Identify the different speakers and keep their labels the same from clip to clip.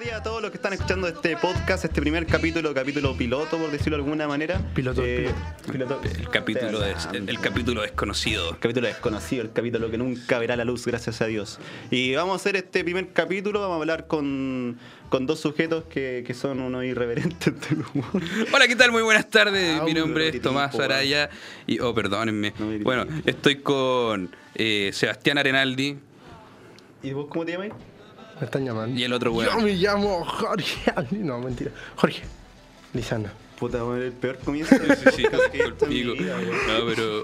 Speaker 1: días a todos los que están escuchando este podcast, este primer capítulo, capítulo piloto, por decirlo de alguna manera. Eh,
Speaker 2: Piloto,
Speaker 1: piloto.
Speaker 3: El capítulo, des- el, el capítulo desconocido.
Speaker 1: capítulo desconocido, el capítulo que nunca verá la luz, gracias a Dios. Y vamos a hacer este primer capítulo, vamos a hablar con, con dos sujetos que, que son unos irreverentes del humor.
Speaker 3: Hola, ¿qué tal? Muy buenas tardes.
Speaker 1: Ah,
Speaker 3: Mi
Speaker 1: un
Speaker 3: nombre es
Speaker 1: logotipo,
Speaker 3: Tomás
Speaker 1: weón.
Speaker 3: Araya. Y, oh, perdónenme.
Speaker 1: No me grites.
Speaker 3: Bueno, estoy con eh, Sebastián Arenaldi
Speaker 1: ¿Y vos cómo te llamas?
Speaker 2: Me están llamando.
Speaker 3: y el otro
Speaker 2: Yo
Speaker 3: weón.
Speaker 2: me llamo Jorge. No, mentira. Jorge. Lizana.
Speaker 1: Puta, weón, el peor comienzo del
Speaker 3: Sí, sí,
Speaker 1: podcast que he visto
Speaker 3: por
Speaker 1: en mi
Speaker 3: pico.
Speaker 1: vida, weón.
Speaker 3: No, pero.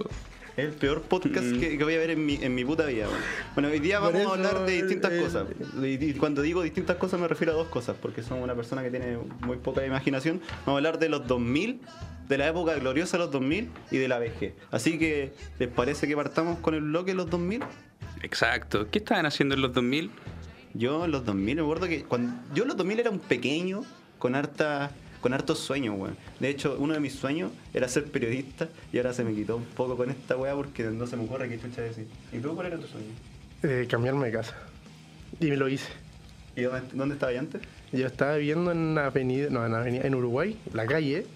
Speaker 1: Es el peor podcast que, que voy a ver en mi, en mi puta vida. weón. Bueno, hoy día
Speaker 2: Por
Speaker 1: vamos a
Speaker 2: eso,
Speaker 1: hablar de distintas
Speaker 2: eh,
Speaker 1: cosas. Y cuando digo distintas cosas me refiero a dos cosas, porque somos una persona que tiene muy poca imaginación. Vamos a hablar de los 2000, de la época gloriosa de los 2000 y de la vejez. Así que, ¿les parece que partamos con el bloque de los 2000?
Speaker 3: Exacto. ¿Qué estaban haciendo en los 2000?
Speaker 1: Yo en los 2000 me acuerdo que cuando yo en los 2000 era un pequeño con harta con hartos sueños, weón. De hecho, uno de mis sueños era ser periodista y ahora se me quitó un poco con esta weá porque no se me ocurre qué chucha decir. ¿Y tú cuál era tu sueño?
Speaker 2: Eh, cambiarme de casa. Y me lo hice.
Speaker 1: ¿Y dónde, dónde estaba yo antes?
Speaker 2: Yo estaba viviendo en una avenida, no, en, una avenida, en Uruguay, la calle,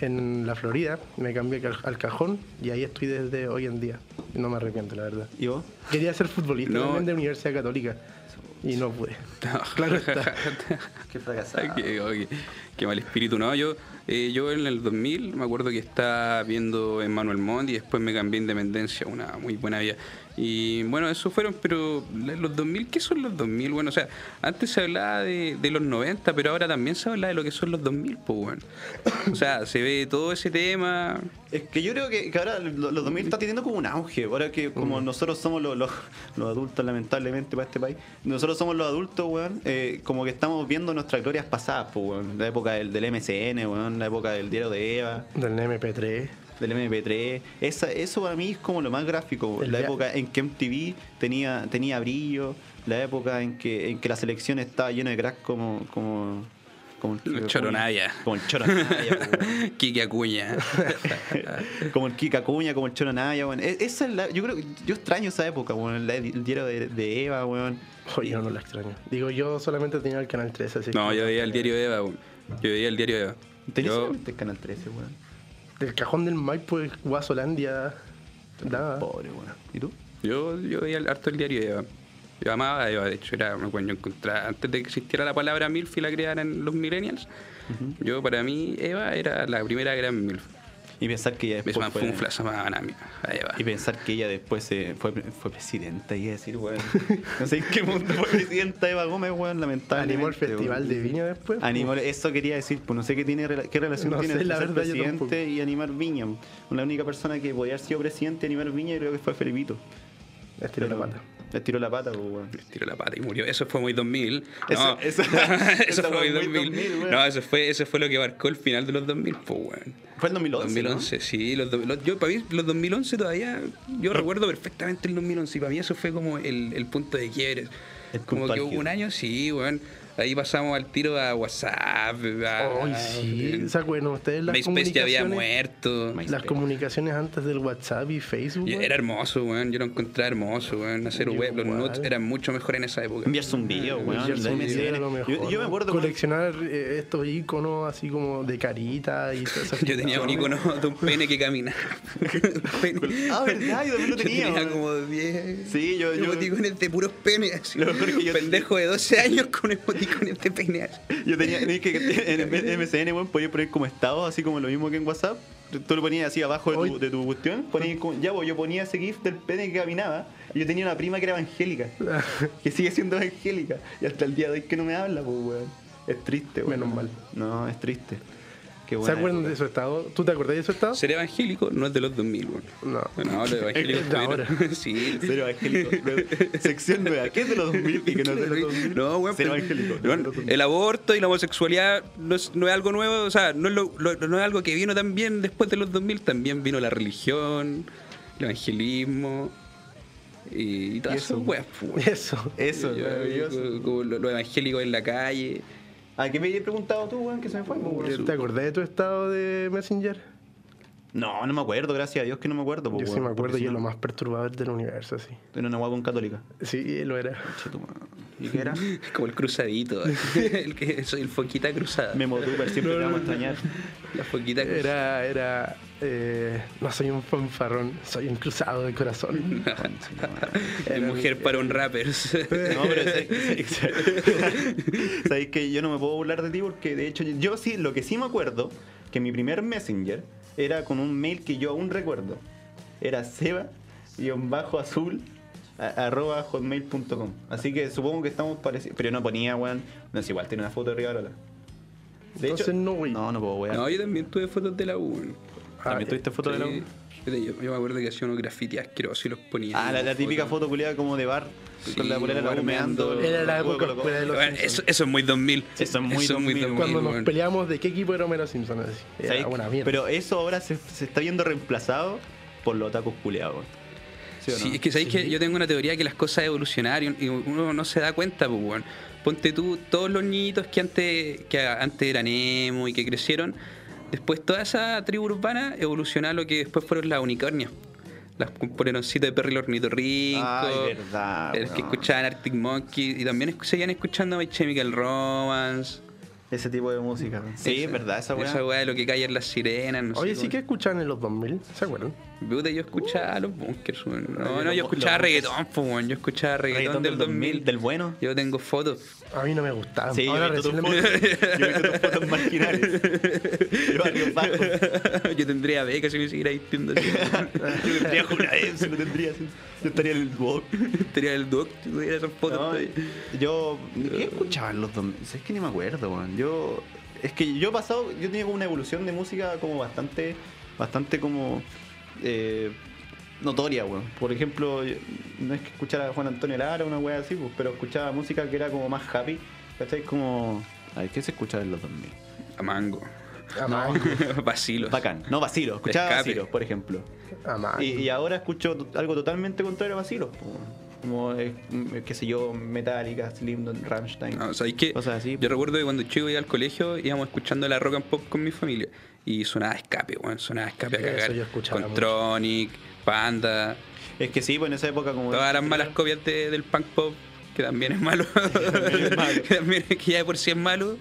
Speaker 2: en la Florida. Me cambié al, al cajón y ahí estoy desde hoy en día. No me arrepiento, la verdad.
Speaker 1: ¿Y vos?
Speaker 2: Quería ser futbolista
Speaker 3: No.
Speaker 2: también de Universidad Católica y no pude. Claro está.
Speaker 1: Qué
Speaker 3: Ay,
Speaker 1: fracasado.
Speaker 3: qué, oh, qué- qué mal espíritu, ¿no? Yo, eh, yo en el 2000 me acuerdo que estaba viendo Emmanuel Mondi y después me cambié a Independencia, una muy buena vida. Y bueno, eso fueron, pero la- los 2000, ¿qué son los 2000? Bueno, o sea, antes se hablaba de, de los 90, pero ahora también se habla de lo que son los 2000, pues bueno. O sea, se ve todo ese tema.
Speaker 1: Es que yo creo que, que ahora lo- los 2000 está teniendo como un auge. Ahora que como nosotros somos los, los- los adultos, lamentablemente, para este país, nosotros somos los adultos, weón, eh, como que estamos viendo nuestras glorias pasadas, pues, weón. La época del, del MCN, weón, la época del diario de Eva,
Speaker 2: Del MP3.
Speaker 1: del MP3. Esa, eso para mí es como lo más gráfico. weón.
Speaker 2: El
Speaker 1: la
Speaker 2: via-
Speaker 1: época en que MTV tenía, tenía brillo, la época en que, en que la selección estaba llena de cracks como... como como
Speaker 3: El Choronavia.
Speaker 1: Como el Choronavia, pues, weón
Speaker 3: Kike Acuña.
Speaker 1: como el Kika Cuña, como el Choro Naya, weón. E- Esa es la, yo creo que yo extraño esa época, weón. La- el diario de, de Eva, weón.
Speaker 2: Oye, yo no la extraño. Digo, yo solamente tenía el canal 13, así
Speaker 3: No,
Speaker 2: que-
Speaker 3: yo veía el diario Eva, weón. yo veía el diario Eva.
Speaker 1: Tenía
Speaker 3: Yo-
Speaker 1: solamente el canal 13, weón.
Speaker 2: Del cajón del Maipo, de Guasolandia. Nada.
Speaker 1: Pobre, weón. ¿Y tú?
Speaker 3: Yo, yo veía el- harto el diario Eva. Yo amaba a Eva, de hecho, era cuando yo encontraba, antes de que existiera la palabra MILF y la crearan los millennials, yo para mí Eva era la primera gran MILF.
Speaker 1: Y pensar que ella
Speaker 3: Me
Speaker 1: después.
Speaker 3: llamaban
Speaker 1: Fue,
Speaker 3: Funflas, llamaban a, mí, a Eva.
Speaker 1: y pensar que ella después eh, fue, fue presidenta, y decir, weón. No sé en qué mundo fue presidenta Eva Gómez, weón, lamentablemente.
Speaker 2: Animó el festival
Speaker 1: weón.
Speaker 2: de viña después. pues.
Speaker 1: Animal, eso quería decir, pues no sé qué tiene rela- qué relación
Speaker 2: No
Speaker 1: tiene
Speaker 2: sé,
Speaker 1: el
Speaker 2: la
Speaker 1: ser
Speaker 2: verdad, yo
Speaker 1: presidente
Speaker 2: tampoco.
Speaker 1: y animar Viña. La única persona que podía haber sido presidente y animar Viña creo que fue Felipito.
Speaker 2: Estiró la
Speaker 1: Pero
Speaker 2: pata.
Speaker 1: Le tiró la pata, pues, weón.
Speaker 3: Tiró la pata y murió. Eso fue muy 2000.
Speaker 1: Eso-
Speaker 3: No,
Speaker 1: eso-
Speaker 3: eso,
Speaker 1: eso
Speaker 3: fue muy 2000.
Speaker 1: 2000,
Speaker 3: no, eso fue, eso fue lo que marcó el final de los 2000, pues, weón.
Speaker 1: Fue el 2011.
Speaker 3: 2011, sí. Los, do- los- yo, para mí, los 2011 todavía. Yo recuerdo perfectamente el 2011. Y para mí, eso fue como el, el punto de quiebre.
Speaker 1: El
Speaker 3: como
Speaker 1: punto
Speaker 3: que
Speaker 1: álgido.
Speaker 3: hubo un año, sí, weón. Ahí pasamos al tiro a WhatsApp. A,
Speaker 2: Ay, sí.
Speaker 3: en
Speaker 2: ¿Se acuerdan ustedes las
Speaker 3: MySpace ya había
Speaker 2: comunicaciones?
Speaker 3: muerto.
Speaker 1: My-
Speaker 2: Las comunicaciones antes del WhatsApp y Facebook.
Speaker 3: Y
Speaker 2: weón?
Speaker 3: Era hermoso, weón. Yo lo encontraba hermoso, weón. Hacer
Speaker 2: Yo
Speaker 3: web, los
Speaker 2: igual.
Speaker 3: nudes eran mucho mejor en esa época.
Speaker 1: Enviarse un video, weón.
Speaker 2: Gerson
Speaker 1: la
Speaker 2: Video
Speaker 1: MSN.
Speaker 2: era lo mejor,
Speaker 1: yo, yo me
Speaker 2: ¿no?
Speaker 1: acuerdo cuando-
Speaker 2: Coleccionar eh, estos iconos así como de carita y todas esas
Speaker 3: Yo tenía un icono de un pene que caminaba. Un pene.
Speaker 1: Ah, ¿verdad? Yo también lo tenía,
Speaker 3: Yo
Speaker 1: weón.
Speaker 3: tenía como 10.
Speaker 1: Sí, yo- yo-
Speaker 3: Emoticones de puros penes. Así.
Speaker 1: Lo mejor que yo-
Speaker 3: Un pendejo de 12 años con emoticones de pene. así.
Speaker 1: Yo tenía, tenía que en el MSN, weón, podía poner como estado, así como lo mismo que en WhatsApp. Tú lo ponías así abajo de tu,
Speaker 2: Hoy-
Speaker 1: de tu cuestión. ponías como- ya, pues, yo ponía ese GIF del pene que caminaba. Y yo tenía una prima que era evangélica, que sigue siendo evangélica. Y hasta el día de hoy que no me habla, pues, weón. Es triste, weón.
Speaker 2: Menos mal.
Speaker 1: No, es triste. Qué
Speaker 2: ¿Se
Speaker 1: buena
Speaker 2: acuerdan
Speaker 1: época.
Speaker 2: de su estado? ¿Tú te acordás de su estado?
Speaker 3: Ser evangélico no es de los 2000, weón.
Speaker 2: No.
Speaker 3: No, los evangélicos.
Speaker 2: Es de ahora.
Speaker 3: estuvieron- Sí.
Speaker 1: Ser evangélico. Luego, Sección nueva. ¿Qué es de los 2000 y que no es de los 2000?
Speaker 3: No, weón,
Speaker 1: Ser
Speaker 3: pero-
Speaker 1: evangélico.
Speaker 3: weón, el aborto y la homosexualidad no es, no es algo nuevo, o sea, no es, lo- lo- no es algo que vino también después de los 2000, también vino la religión, el evangelismo y, y
Speaker 1: Y
Speaker 3: todas
Speaker 1: eso.
Speaker 3: esas weas, pues, weón.
Speaker 2: Eso.
Speaker 1: Eso,
Speaker 3: Yo-
Speaker 1: maravilloso.
Speaker 3: como- como lo, lo evangélico en la calle.
Speaker 1: ¿A qué me he preguntado tú, weón, que se me fue? pues, weón?
Speaker 2: ¿Te acordás de tu estado de Messenger?
Speaker 1: No, no me acuerdo, gracias a Dios que no me acuerdo. po,
Speaker 2: Yo sí
Speaker 1: weón,
Speaker 2: me acuerdo
Speaker 1: porque
Speaker 2: y
Speaker 1: si
Speaker 2: es
Speaker 1: no-
Speaker 2: lo más perturbador del universo, sí.
Speaker 1: Era una guagua con católica.
Speaker 2: Sí, lo era.
Speaker 1: Che, tu madre. ¿Y qué era?
Speaker 3: Como el cruzadito. el que soy el foquita cruzada.
Speaker 1: Memo Duper, siempre te vamos a extrañar.
Speaker 3: La foquita cruzada.
Speaker 2: Era, era. eh, no soy un fanfarrón, soy un cruzado de corazón.
Speaker 3: De mujer para un rappers.
Speaker 1: No, pero sabéis- sabéis- sabéis que yo no me puedo burlar de ti porque de hecho yo sí, lo que sí me acuerdo, que mi primer messenger era con un mail que yo aún recuerdo. Era seba-azul a- arroba hotmail.com así que supongo que estamos parecidos pero yo no ponía weón no es igual tiene una foto arriba de la otra. de
Speaker 2: Entonces no, güey. Ah,
Speaker 1: no no puedo weón
Speaker 3: no, yo también tuve fotos de la U. weón.
Speaker 1: también
Speaker 2: eh,
Speaker 1: tuviste foto de la
Speaker 3: Sí. Yo, yo me acuerdo que hacía unos grafitis asquerosos y los ponía.
Speaker 1: ah la, la típica foto culiada como de bar
Speaker 3: Sí,
Speaker 1: con la polera de la
Speaker 3: weón,
Speaker 1: humeando
Speaker 3: meando.
Speaker 2: Era la época oscura de los
Speaker 3: Bueno,
Speaker 2: Simpsons.
Speaker 3: eso, eso es muy 2000.
Speaker 1: Sí, eso es muy 2000,
Speaker 2: Cuando nos
Speaker 3: weón.
Speaker 2: peleamos de qué equipo era Homero Simpson. Así.
Speaker 1: ¿Sabéis?
Speaker 2: Era una mierda.
Speaker 1: Pero eso ahora se, se está viendo reemplazado por los otakus culeados. ¿Sí o no?
Speaker 3: Sí, es que sabéis que yo tengo una teoría de que las cosas evolucionaron y uno no se da cuenta, pues, weón. Ponte tú, todos los niñitos que antes, que antes eran emo y que crecieron, después toda esa tribu urbana evolucionó a lo que después fueron las unicornias. Las componeroncitas de Perry el Ornitorrinco.
Speaker 1: Ay, verdad,
Speaker 3: Los que
Speaker 1: weón.
Speaker 3: escuchaban Arctic Monkey y también es- seguían escuchando My Chemical Romance.
Speaker 1: Ese tipo de música. Sí, es verdad, esa weá.
Speaker 3: Esa weá de lo que callan las sirenas, no
Speaker 2: Oye,
Speaker 3: sé,
Speaker 2: sí que
Speaker 3: weón.
Speaker 2: escuchaban en los 2000, ¿se acuerdan?
Speaker 3: Puta, yo
Speaker 1: Uh.
Speaker 3: escuchaba a los bunkers, weón.
Speaker 1: Oye,
Speaker 3: No, no,
Speaker 1: los-
Speaker 3: yo
Speaker 1: los
Speaker 3: escuchaba
Speaker 1: Bunkers.
Speaker 3: reggaetón, pues, weón. Yo escuchaba reggaetón,
Speaker 1: Reggaetón
Speaker 3: del 2000.
Speaker 1: Del bueno.
Speaker 3: Yo tengo fotos.
Speaker 2: A mí no me gustaba.
Speaker 1: Sí, yo he
Speaker 2: Ahora
Speaker 1: visto tus
Speaker 2: recién
Speaker 1: fotos.
Speaker 2: le-
Speaker 1: Yo he visto tus fotos marginales. De barrios bajos.
Speaker 3: Yo tendría becas si me siguiera vistiendo así.
Speaker 1: Yo tendría juraense, lo tendría así. Yo estaría en el walk.
Speaker 3: Tendría el doc, si tuviera esas fotos.
Speaker 1: No,
Speaker 3: todavía.
Speaker 1: yo. ¿Qué escuchaban los 2000? Es que ni me acuerdo, weón. Yo. Es que yo he pasado. Yo tenía como una evolución de música como bastante. Bastante como. eh, notoria, weón. Por ejemplo, yo- no es que escuchara a Juan Antonio Lara, una wea así, pues, pero escuchaba música que era como más happy. ¿Cachai? Como. A ver, ¿qué se escuchaba en los 2000?
Speaker 3: A mango.
Speaker 2: A Mango,
Speaker 3: Vacilos.
Speaker 1: Bacán. No, Vacilo. Escuchaba
Speaker 3: Escape.
Speaker 1: Vacilo, por ejemplo.
Speaker 2: a Mango.
Speaker 1: Y, y ahora escucho to- algo totalmente contrario a Vacilo. po, weón. Como, eh, m- qué sé yo, Metallica, Slim, Rammstein.
Speaker 3: No, ¿sabes qué?
Speaker 1: Cosas así.
Speaker 3: Yo recuerdo que cuando chico iba al colegio íbamos escuchando la rock and pop con mi familia. Y sonaba escape, weón. Sonaba escape a
Speaker 2: Eso
Speaker 3: cagar.
Speaker 2: yo escuchaba mucho.
Speaker 3: Contronic, Panda.
Speaker 1: Es que sí, pues en esa época como...
Speaker 3: Todas las malas copias de- del punk pop, que también es malo.
Speaker 1: también es malo.
Speaker 3: que, también- que ya de por sí es malo,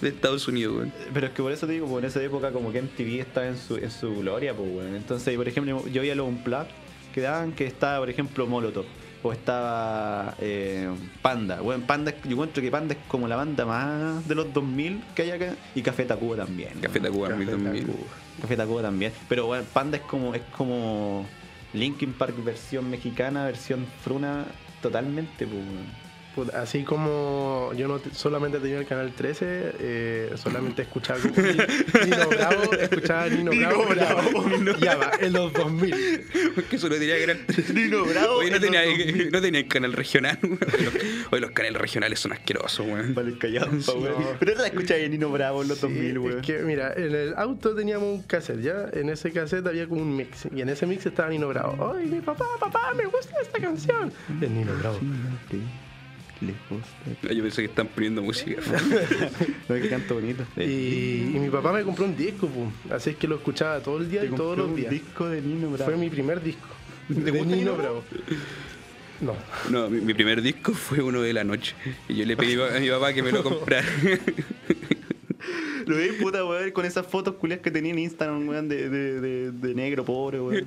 Speaker 3: de Estados Unidos, weón.
Speaker 1: Pero es que por eso te digo, pues en esa época como que MTV estaba en su, en su gloria, pues bueno. Entonces, por ejemplo, yo veía los Unplugged que daban que estaba, por ejemplo, Molotov. O estaba eh, Panda. Bueno, Panda, yo encuentro que Panda es como la banda más de los 2000 que hay acá. Y Café Tacuba también.
Speaker 3: Café
Speaker 1: ¿no?
Speaker 3: Tacuba,
Speaker 2: Café
Speaker 3: 2000.
Speaker 2: Tacuba.
Speaker 1: Café Tacuba también. Pero bueno, Panda es como es como Linkin Park versión mexicana, versión fruna, totalmente. Pues, weón.
Speaker 2: Puta, Así como yo no te- solamente tenía el canal 13, eh, solamente escuchaba como Ni- Nino Bravo, escuchaba Nino, Bravo, ya va, en los 2000.
Speaker 3: Porque solo tenía que eran
Speaker 1: Nino Bravo
Speaker 3: Hoy no
Speaker 1: en
Speaker 3: tenía,
Speaker 1: los
Speaker 3: no tenía el canal regional. weón. Hoy los- Hoy los canales regionales son asquerosos, weón.
Speaker 1: Vale, callado, pa,
Speaker 2: Sí,
Speaker 1: weón.
Speaker 2: no.
Speaker 1: Pero era la escucha de Nino Bravo en los
Speaker 2: Sí,
Speaker 1: 2000, weón.
Speaker 2: es que mira, en el auto teníamos un cassette, ¿ya? En ese cassette había como un mix. Y en ese mix estaba Nino Bravo. ¡Ay, mi papá, papá, me gusta esta canción! Es Nino Bravo.
Speaker 3: Yo pensé que están poniendo música.
Speaker 1: No, que canto bonito.
Speaker 2: Y, y mi papá me compró un disco, pum. Así es que lo escuchaba todo el día y todos los días.
Speaker 1: disco de Nino
Speaker 2: Fue mi primer disco. De
Speaker 1: gusta
Speaker 2: Nino
Speaker 1: Nino Bravo?
Speaker 2: Bravo. No.
Speaker 3: No, mi, mi primer disco fue uno de la noche. Y yo le pedí a mi papá que me lo comprara.
Speaker 1: Lo vi, puta, weón, con esas fotos culias que tenía en Instagram, weón, de, de, de, de negro pobre, weón.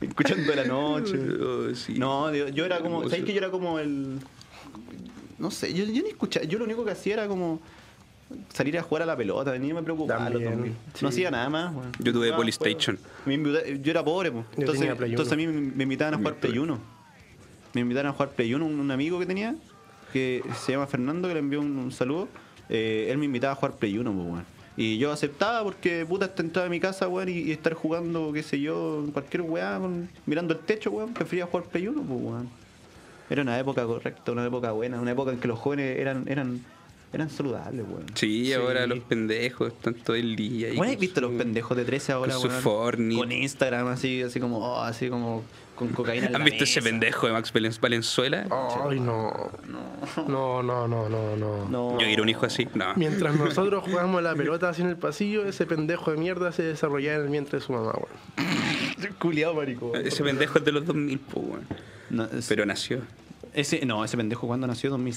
Speaker 1: Escuchando de la noche.
Speaker 3: Oh, sí.
Speaker 1: No, yo, yo era como.
Speaker 3: Hermoso.
Speaker 1: ¿Sabes que yo era como el. No sé, yo, yo ni escuchaba. Yo lo único que hacía era como. Salir a jugar a la pelota, ni me preocupaba los
Speaker 2: También,
Speaker 1: 2000.
Speaker 2: sí.
Speaker 1: No hacía nada más. weón.
Speaker 3: Yo tuve
Speaker 1: Jugaba
Speaker 3: Polystation.
Speaker 1: juegos. Me invita- Yo era pobre, pues.
Speaker 2: Yo
Speaker 1: entonces,
Speaker 2: tenía Play
Speaker 1: entonces a mí me me invitaban a jugar
Speaker 3: Play.
Speaker 1: Play 1. Me invitaron a jugar Play 1 un, un amigo que tenía, que se llama Fernando, que le envió un, un saludo. Eh, él me invitaba a jugar Play 1, pues, weón. Y yo aceptaba porque, puta, esta entrada de mi casa, weón, y, y estar jugando, qué sé yo, cualquier weá, con- mirando el techo, weón, prefería jugar Play 1, pues, weón. Era una época correcta, una época buena, una época en que los jóvenes eran eran eran saludables, weón.
Speaker 3: Sí, ahora los pendejos están todo el día. ahí
Speaker 1: Bueno, ¿has
Speaker 3: con
Speaker 1: visto los
Speaker 3: su-
Speaker 1: pendejos de 13 ahora,
Speaker 3: con su
Speaker 1: weón?
Speaker 3: Fortnite.
Speaker 1: Con Instagram, así, así como, oh, así como, con cocaína en la
Speaker 3: ¿Han visto ese
Speaker 1: mesa.
Speaker 3: pendejo de Max Valen- Valenzuela?
Speaker 2: Ay, no. No, no, no, no, no.
Speaker 1: No.
Speaker 3: Yo quiero un hijo así. No.
Speaker 2: Mientras nosotros jugábamos a la pelota así en el pasillo, ese pendejo de mierda se desarrollaba en el vientre de su mamá, weón.
Speaker 1: Culeado, marico.
Speaker 3: Ese pendejo es de los 2000, po, weón.
Speaker 1: No, es-
Speaker 3: Pero nació.
Speaker 1: Ese, no, ese pendejo cuando nació, 2000,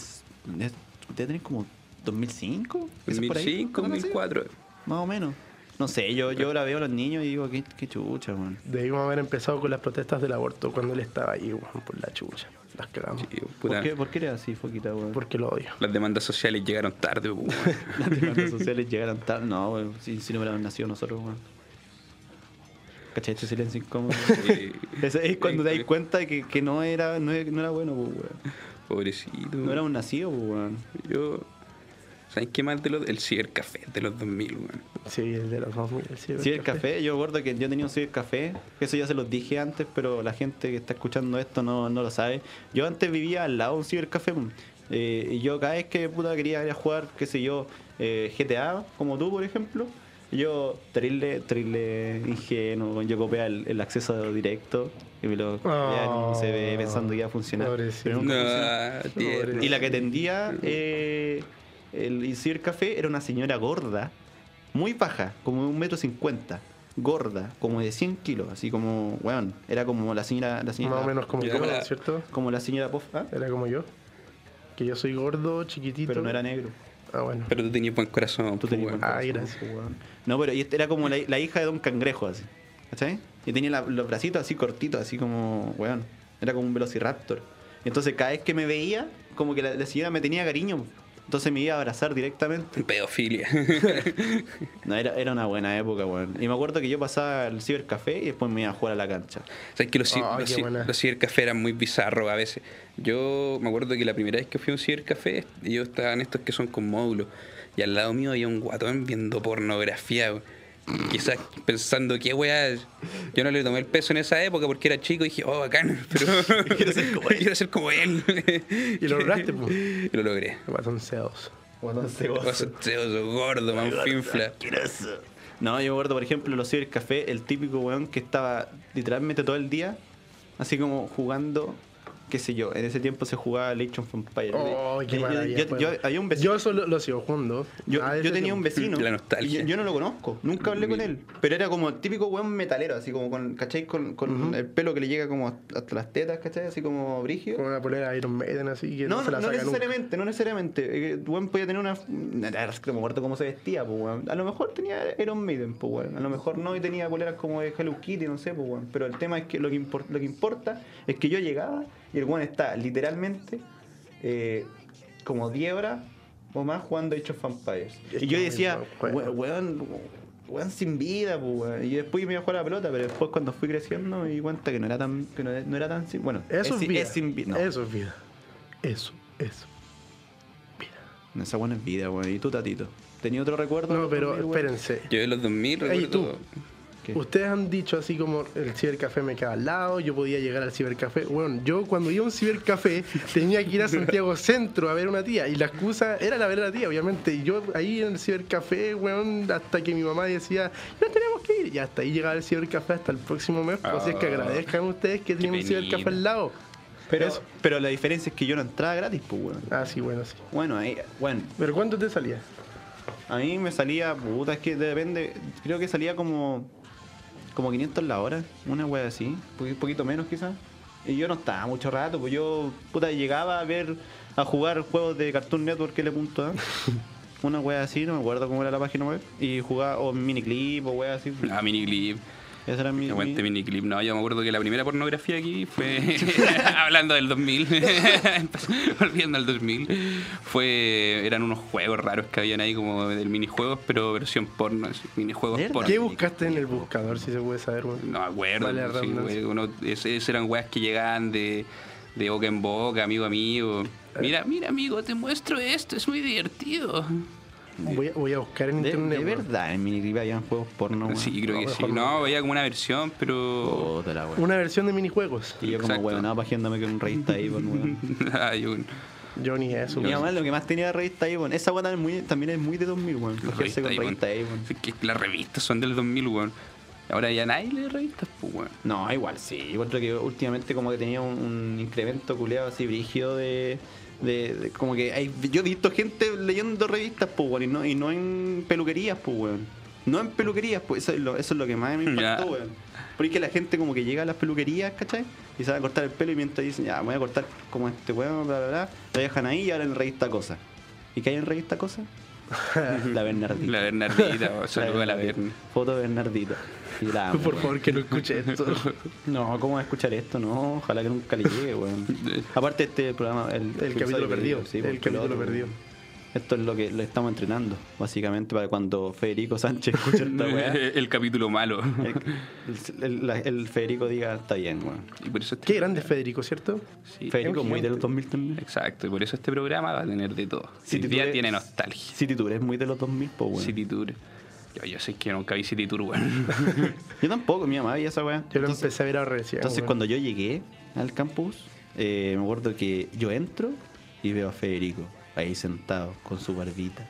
Speaker 1: debe tener como 2005. ¿Ese por ahí?
Speaker 3: 2005,
Speaker 1: ¿Cuándo nació?
Speaker 3: 2004.
Speaker 1: Más o menos. No sé, yo, yo ahora veo a los niños y digo, qué, qué chucha, weón.
Speaker 2: Debimos haber empezado con las protestas del aborto cuando él estaba ahí, weón, por la chucha. Las cagamos.
Speaker 3: Sí, puta,
Speaker 1: ¿Por qué, ¿Por qué era así, Foquita, weón?
Speaker 2: Porque lo odio.
Speaker 3: Las demandas sociales llegaron tarde, po, weón.
Speaker 1: Las demandas sociales llegaron tarde. No, weón, si, si no hubiéramos nacido nosotros, weón. ¿Cachai? Este silencio incómodo.
Speaker 3: Eh,
Speaker 1: Ese es cuando te das cuenta de que, que no, era, no, e- no era bueno, pues, weón.
Speaker 3: Pobrecito.
Speaker 1: No era un nacido, pues, weón.
Speaker 3: Yo. ¿Saben qué más de los, el cibercafé de los 2000, weón?
Speaker 2: Sí, el de los 2000. Sí,
Speaker 1: Sí, el café, yo gordo que yo tenía un el café, eso ya se los dije antes, pero la gente que está escuchando esto no, no lo sabe. Yo antes vivía al lado de un cibercafé. mm, eh, y yo cada vez que puta quería ir a jugar, qué sé yo, eh, GTA, como tú por ejemplo, yo terrible, terrible ingenuo, yo copiaba el, el acceso directo y me lo copiaba en un CV pensando que iba a funcionar.
Speaker 2: Pobrecito.
Speaker 1: Pero nunca funcionó.
Speaker 3: No, tierno.
Speaker 1: Y la que atendía eh, el Sir Café era una señora gorda, muy baja, como de un metro cincuenta, gorda, como de 100 kilos, así como, weón, era como la señora, la señora
Speaker 2: Más o menos como
Speaker 3: Ya,
Speaker 2: yo,
Speaker 3: la-
Speaker 2: ¿cierto?
Speaker 1: como la señora Pof, ¿ah?
Speaker 2: Era como yo. Que yo soy gordo, chiquitito.
Speaker 1: pero no era negro.
Speaker 2: Ah, bueno.
Speaker 3: Pero tú tenías buen corazón,
Speaker 1: Tú
Speaker 3: po,
Speaker 1: tenías
Speaker 3: weón.
Speaker 1: buen
Speaker 2: Ay,
Speaker 1: corazón,
Speaker 2: gracias.
Speaker 1: weón. No, pero y esta era como la, la hija de Don Cangrejo, así. ¿Cachai? Y tenía la- los bracitos así cortitos, así como, weón. Era como un velociraptor. Y entonces cada vez que me veía, como que la, la señora me tenía cariño. Entonces me iba a abrazar directamente.
Speaker 3: Pedofilia.
Speaker 1: No, era, era una buena época, weón. Y me acuerdo que yo pasaba al cibercafé y después me iba a jugar a la cancha.
Speaker 3: ¿Sabes que los, ci-
Speaker 2: Ay,
Speaker 3: los
Speaker 2: qué
Speaker 3: ci-
Speaker 2: buena.
Speaker 3: los cibercafés eran muy bizarros a veces? Yo me acuerdo que la primera vez que fui a un cibercafé, yo estaba en estos que son con módulos, y al lado mío había un guatón viendo pornografía, weón. quizás pensando, qué weá, es?". yo no le tomé el peso en esa época porque era chico y dije, oh, bacán, pero quiero ser como él.
Speaker 2: Y lo lograste, po.
Speaker 3: Y lo logré.
Speaker 2: Son CEOs.
Speaker 1: Bueno,
Speaker 3: Vas a ser oso gordo, manfinfla.
Speaker 1: No, yo me acuerdo, por ejemplo, los cibercafé, el típico weón que estaba literalmente todo el día, así como jugando, qué sé yo, en ese tiempo se jugaba Legion of Empires.
Speaker 2: Oh, qué
Speaker 1: Eh, Yo- yo-
Speaker 2: maravilla.
Speaker 1: yo, yo-
Speaker 2: juego.
Speaker 1: había un vecino.
Speaker 2: Yo solo lo sigo jugando.
Speaker 1: Yo,
Speaker 2: Ah, ese
Speaker 1: yo tenía
Speaker 2: tiempo.
Speaker 1: un vecino.
Speaker 3: La nostalgia.
Speaker 1: y Yo, yo no lo conozco, nunca hablé con él. Pero era como el típico weón metalero, así como con, ¿cachai? Con, con el pelo que le llega como hasta las tetas, ¿cachai? Así como brígido.
Speaker 2: Con una polera de Iron Maiden así que no,
Speaker 1: No,
Speaker 2: se
Speaker 1: no,
Speaker 2: la
Speaker 1: no
Speaker 2: saca nunca.
Speaker 1: necesariamente, no necesariamente. Eh, Weón podía tener una. La verdad es que no me acuerdo cómo se vestía, pues, weón. A lo mejor tenía Iron Maiden, pues, weón. A lo mejor no y tenía poleras como de Hello Kitty, no sé, pues, weón. Pero el tema es que lo que, impor- lo que importa es que yo llegaba y el weón está literalmente eh, como 10 horas o más jugando Age of Vampires.
Speaker 2: Es
Speaker 1: Y
Speaker 2: que
Speaker 1: yo
Speaker 2: muy
Speaker 1: decía,
Speaker 2: buen juego.
Speaker 1: "We- weón. Weón sin vida, pues, weón. Y después me iba a jugar a la pelota, pero después cuando fui creciendo me di cuenta que no era tan, que no, no era tan sin. Bueno,
Speaker 2: Eso es,
Speaker 1: sin-
Speaker 2: vida.
Speaker 1: sin vida. no.
Speaker 2: Eso es vida. Eso, eso.
Speaker 1: No, Esa buena es vida, weón. ¿Y tú, tatito? ¿Tenía otro recuerdo?
Speaker 2: No, pero
Speaker 1: conmigo, weón?
Speaker 2: espérense.
Speaker 3: Yo de los 2000
Speaker 2: Ey,
Speaker 3: recuerdo...
Speaker 1: ¿Qué?
Speaker 2: Ustedes han dicho así como el cibercafé me queda al lado, yo podía llegar al cibercafé. Bueno, yo cuando iba a un cibercafé tenía que ir a Santiago Centro a ver a una tía y la excusa era la ver a la tía, obviamente. Y yo ahí en el cibercafé, weón, hasta que mi mamá decía, no tenemos que ir. Y hasta ahí llegaba el cibercafé hasta el próximo mes. Así es que
Speaker 3: Ah,
Speaker 2: agradezcan a ustedes que tienen un
Speaker 3: penita.
Speaker 2: cibercafé al lado.
Speaker 1: Pero,
Speaker 2: Eso.
Speaker 1: pero la diferencia es que yo no entraba gratis, pues, weón.
Speaker 2: Ah, sí, bueno, sí.
Speaker 1: Bueno, ahí, bueno,
Speaker 2: ¿Pero cuánto te salía?
Speaker 1: a mí me salía, puta, es que depende, creo que salía como como 500 la hora, una wea así, un poquito menos quizás. Y yo no estaba mucho rato, pues yo, puta, llegaba a ver, a jugar juegos de Cartoon Network L.A. ¿eh? una wea así, no me acuerdo cómo era la página web, y jugaba, o miniclip, o wea así.
Speaker 3: Ah, miniclip.
Speaker 1: Esa era mi, mi-
Speaker 3: Aguante miniclip. No, yo me acuerdo que la primera pornografía aquí fue. hablando del 2000. volviendo al 2000. Fue. Eran unos juegos raros que habían ahí, como del minijuegos, pero versión porno. así, Minijuegos
Speaker 1: ¿Verdad?
Speaker 3: porno.
Speaker 2: ¿Qué buscaste en el buscador, si se puede saber, weón?
Speaker 3: No me acuerdo.
Speaker 2: Vale,
Speaker 3: sí,
Speaker 2: redundancia.
Speaker 3: güey, uno- es- esas eran weas que llegaban de, de boca en boca, amigo, amigo.
Speaker 2: Eh.
Speaker 3: Mira, mira, amigo, te muestro esto, es muy divertido.
Speaker 2: Voy, a- voy a buscar en
Speaker 1: De,
Speaker 2: internet.
Speaker 1: de
Speaker 2: weón.
Speaker 1: verdad, en miniclip habían juegos porno, weón.
Speaker 3: sí, creo
Speaker 2: no,
Speaker 3: que sí.
Speaker 2: mejor no.
Speaker 3: No, veía como una versión, pero.
Speaker 1: Puta la wea.
Speaker 2: Una versión de minijuegos.
Speaker 1: Y yo como
Speaker 3: Exacto.
Speaker 1: weón, pajeándome con revista Avon, weón.
Speaker 2: Oh.
Speaker 3: Ay, un-
Speaker 2: Yo ni eso.
Speaker 1: Mi
Speaker 2: weón.
Speaker 1: mamá lo que más tenía era revista Avon. Esa weón también, es muy- también es muy de 2000, weón.
Speaker 3: Las
Speaker 1: Pajearse con revista
Speaker 3: revistas ahí,
Speaker 1: Avon.
Speaker 3: weón. Que Las revistas son del 2000, weón. Ahora ya nadie lee revistas, pues, weón.
Speaker 1: No, igual sí. Igual que últimamente como que tenía un, un incremento culeado así brígido de... de- de- como que hay, yo he visto gente leyendo revistas, pues, weón, y no, y no en peluquerías, pues, weón. No en peluquerías, pues eso es lo, eso es lo que más me impactó,
Speaker 3: Ya.
Speaker 1: weón. Porque la gente como que llega a las peluquerías, ¿cachai? Y se va a cortar el pelo y mientras dicen, ya, me voy a cortar como este weón, bla, bla, bla. Lo dejan ahí y ahora en revista Cosa. ¿Y qué hay en revista Cosa? la Bernardita.
Speaker 3: La Bernardita, o saluda a la Berna.
Speaker 1: Foto de Bernardita. Y la amo,
Speaker 2: Por
Speaker 1: weón.
Speaker 2: favor, que no escuche esto.
Speaker 1: No, ¿cómo va a escuchar esto? No, ojalá que nunca le llegue, weón. Aparte este programa, el,
Speaker 2: El capítulo perdido, el
Speaker 1: porque lo
Speaker 2: capítulo
Speaker 1: pues, otro,
Speaker 2: perdido.
Speaker 1: Esto es lo que le estamos entrenando, básicamente, para cuando Federico Sánchez escuche esta weá.
Speaker 3: el capítulo malo.
Speaker 1: El, el- la- el Federico diga, está bien, weón.
Speaker 3: Y por eso este-
Speaker 2: Qué grande es Federico, ¿cierto?
Speaker 3: Sí,
Speaker 1: Federico
Speaker 2: es
Speaker 1: muy de
Speaker 2: gigante.
Speaker 1: los 2000 también.
Speaker 3: exacto, y por eso este programa va a tener de todo. Si
Speaker 1: City
Speaker 3: día
Speaker 1: Tour es-
Speaker 3: tiene nostalgia.
Speaker 1: City Tour es muy de los 2000, pues, weón.
Speaker 3: City Tour. Yo, yo sé que nunca vi City Tour, bueno.
Speaker 1: Yo tampoco, mi mamá veía esa weá.
Speaker 2: Yo lo
Speaker 1: Entonces-
Speaker 2: empecé a ver ahora recién.
Speaker 1: Entonces
Speaker 2: weón.
Speaker 1: cuando yo llegué al campus, eh, me acuerdo que yo entro y veo a Federico ahí sentado con su barbita,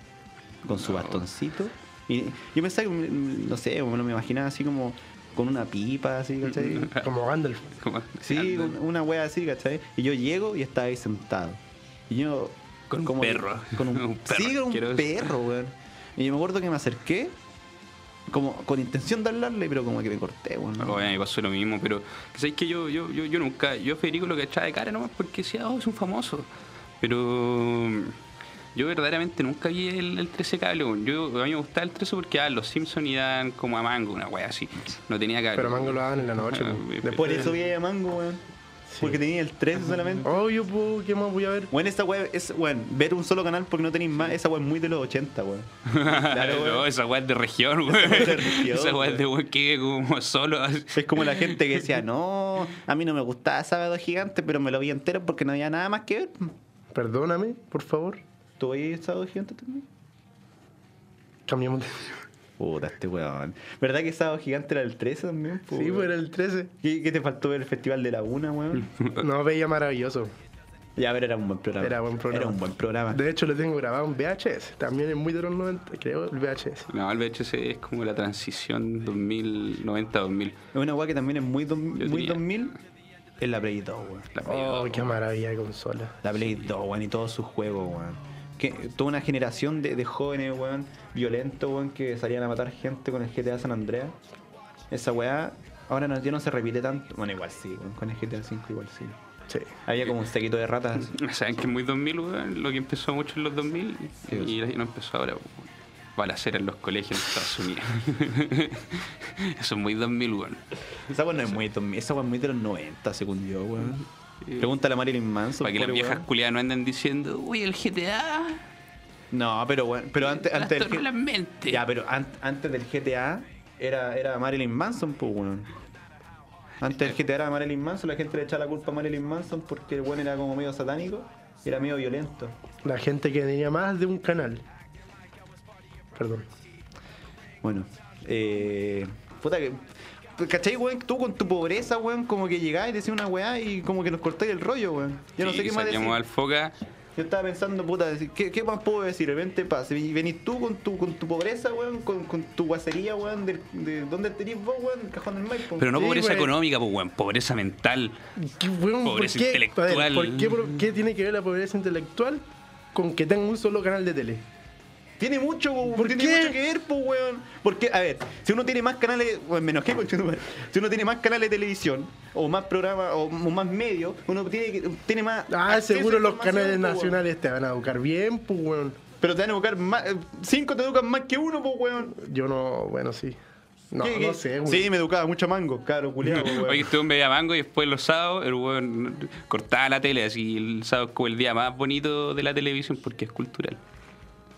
Speaker 1: con su bastoncito. Y yo pensaba que, mm, no sé, me lo imaginaba así como con una pipa, así,
Speaker 3: Mm,
Speaker 1: ¿cachai?
Speaker 2: Como Gandalf.
Speaker 3: Como-
Speaker 1: Sí, un- una wea así, ¿cachai? Y yo llego y estaba ahí sentado. Y yo.
Speaker 3: Con un
Speaker 1: como-
Speaker 3: perro.
Speaker 1: Con un,
Speaker 3: Un perro
Speaker 1: Sí, con un
Speaker 3: asqueroso.
Speaker 1: perro, weón. Y yo me acuerdo que me acerqué, como con intención de hablarle, pero como que me corté, weón.
Speaker 3: No, bueno, me pasó lo mismo, pero ¿sabéis que yo, yo, yo, yo nunca, yo a Federico lo cachaba de cara nomás porque decía, oh, es un famoso. Pero mm, yo verdaderamente nunca vi el, el 13 cable. weón. Yo, a mí me gustaba el 13 porque ah, los Simpsons iban como a mango, una wea así. No tenía cable.
Speaker 2: Pero Mango lo daban en la noche.
Speaker 3: Ah,
Speaker 2: weón.
Speaker 3: bien,
Speaker 2: Después.
Speaker 1: Por eso vi a Mango, weón. Porque tenía el 3 solamente.
Speaker 2: Oh, yo puedo, ¿qué más voy a ver?
Speaker 1: Bueno, esta web es, weón, ver un solo canal porque no tenéis más, esa web es muy de los 80, weón. Claro,
Speaker 3: no,
Speaker 1: weón.
Speaker 3: esa wea es de región,
Speaker 1: es de región,
Speaker 3: weón. Esa wea es de weón que vive como solo. así.
Speaker 1: Es como la gente que decía, no, a mí no me gustaba Sábado Gigante, pero me lo vi entero porque no había nada más que ver.
Speaker 2: Perdóname, por favor.
Speaker 1: ¿Tú veías Sábado Gigante también?
Speaker 2: Cambiamos de.
Speaker 1: Puta, este weón. ¿Verdad que Sábado Gigante era el 13 también? po,
Speaker 2: Sí,
Speaker 1: weón?
Speaker 2: pues era el 13.
Speaker 1: ¿Qué, qué te faltó ver el Festival de la Una, weón?
Speaker 2: No, veía maravilloso.
Speaker 1: Ya, pero era un buen programa.
Speaker 2: Era buen programa.
Speaker 1: Era un buen programa.
Speaker 2: De hecho, lo tengo grabado en VHS. También es muy de los 90, creo, el VHS.
Speaker 3: No, el VHS es como la transición 2090-2000.
Speaker 1: Es una weá que también es muy, dos-
Speaker 3: Yo
Speaker 1: muy
Speaker 3: tenía-
Speaker 1: 2000 es la Play 2, weón.
Speaker 3: La
Speaker 2: Oh, qué maravilla de consola.
Speaker 1: La Play 2, weón, y todos sus juegos, weón. Que, toda una generación de, de jóvenes, weón, violentos, weón, que salían a matar gente con el GTA San Andreas. Esa weá, ahora no, ya no se repite tanto. Bueno, igual sí, weón, con el GTA V igual sí.
Speaker 2: Sí.
Speaker 1: Había como un sequito de ratas.
Speaker 3: Saben que es muy 2000, weón, lo que empezó mucho en los 2000
Speaker 1: Sí,
Speaker 3: y ahí no empezó ahora. weón. Balacera en los colegios en Estados Unidos. Eso es muy 2000, weón.
Speaker 1: Esa weá no es muy, dos- esa weá es muy de los 90, según yo, weón. Pregúntale a Marilyn Manson.
Speaker 3: Para que las
Speaker 1: pobre
Speaker 3: viejas
Speaker 1: weón.
Speaker 3: culiadas no anden diciendo, uy, el GTA
Speaker 1: No, pero bueno, pero antes, antes
Speaker 3: trastorna la
Speaker 1: del,
Speaker 3: mente.
Speaker 1: ya, pero an- antes del GTA era, era Marilyn Manson, pues weón. Antes del GTA era Marilyn Manson, la gente le echaba la culpa a Marilyn Manson porque el weón era como medio satánico y era medio violento.
Speaker 2: La gente que tenía más de un canal. Perdón.
Speaker 1: Bueno, eh. Puta que. ¿Cachai, weón? Tú con tu pobreza, weón, como que llegás y decís una weá y como que nos cortáis el rollo, weón. Yo no
Speaker 3: Sí,
Speaker 1: sé qué más decir.
Speaker 3: saquemos al foca.
Speaker 1: Yo estaba pensando, puta, decir, ¿qué, qué más puedo decir? De repente pasa. Y venís tú con tu, con tu pobreza, weón, con, con tu guacería, weón, de, de dónde tenés vos, weón, el cajón del Maipo.
Speaker 3: Pero no
Speaker 2: Sí,
Speaker 3: pobreza
Speaker 2: weón.
Speaker 3: económica, pues, weón, pobreza mental.
Speaker 2: ¿Qué, weón, ¿por,
Speaker 3: Pobreza
Speaker 2: qué? A ver,
Speaker 3: intelectual.
Speaker 2: ¿por qué, por qué tiene que ver la pobreza intelectual con que tenga un solo canal de tele?
Speaker 1: Tiene mucho, weón,
Speaker 2: ¿Por
Speaker 1: tiene
Speaker 2: qué?
Speaker 1: mucho que ver, po, weón. Porque, a ver, si uno tiene más canales, bueno, me enojé con si uno tiene más canales de televisión, o más programas, o, o más medios, uno tiene, que- tiene más.
Speaker 2: Ah,
Speaker 1: acceso a
Speaker 2: seguro los
Speaker 1: información,
Speaker 2: canales
Speaker 1: po, weón.
Speaker 2: nacionales te van a educar bien, pues, weón.
Speaker 1: Pero te van a buscar más. eh, Cinco te educan más que uno, pues, weón.
Speaker 2: Yo no, bueno, sí. No,
Speaker 1: ¿Qué-
Speaker 2: no
Speaker 1: qué?
Speaker 2: sé, weón.
Speaker 1: Sí, me educaba mucho mango, caro, culiado, weón.
Speaker 3: Oye, estuve en media mango y después los sábados el weón cortaba la tele, así el sábado es como el día más bonito de la televisión porque es cultural.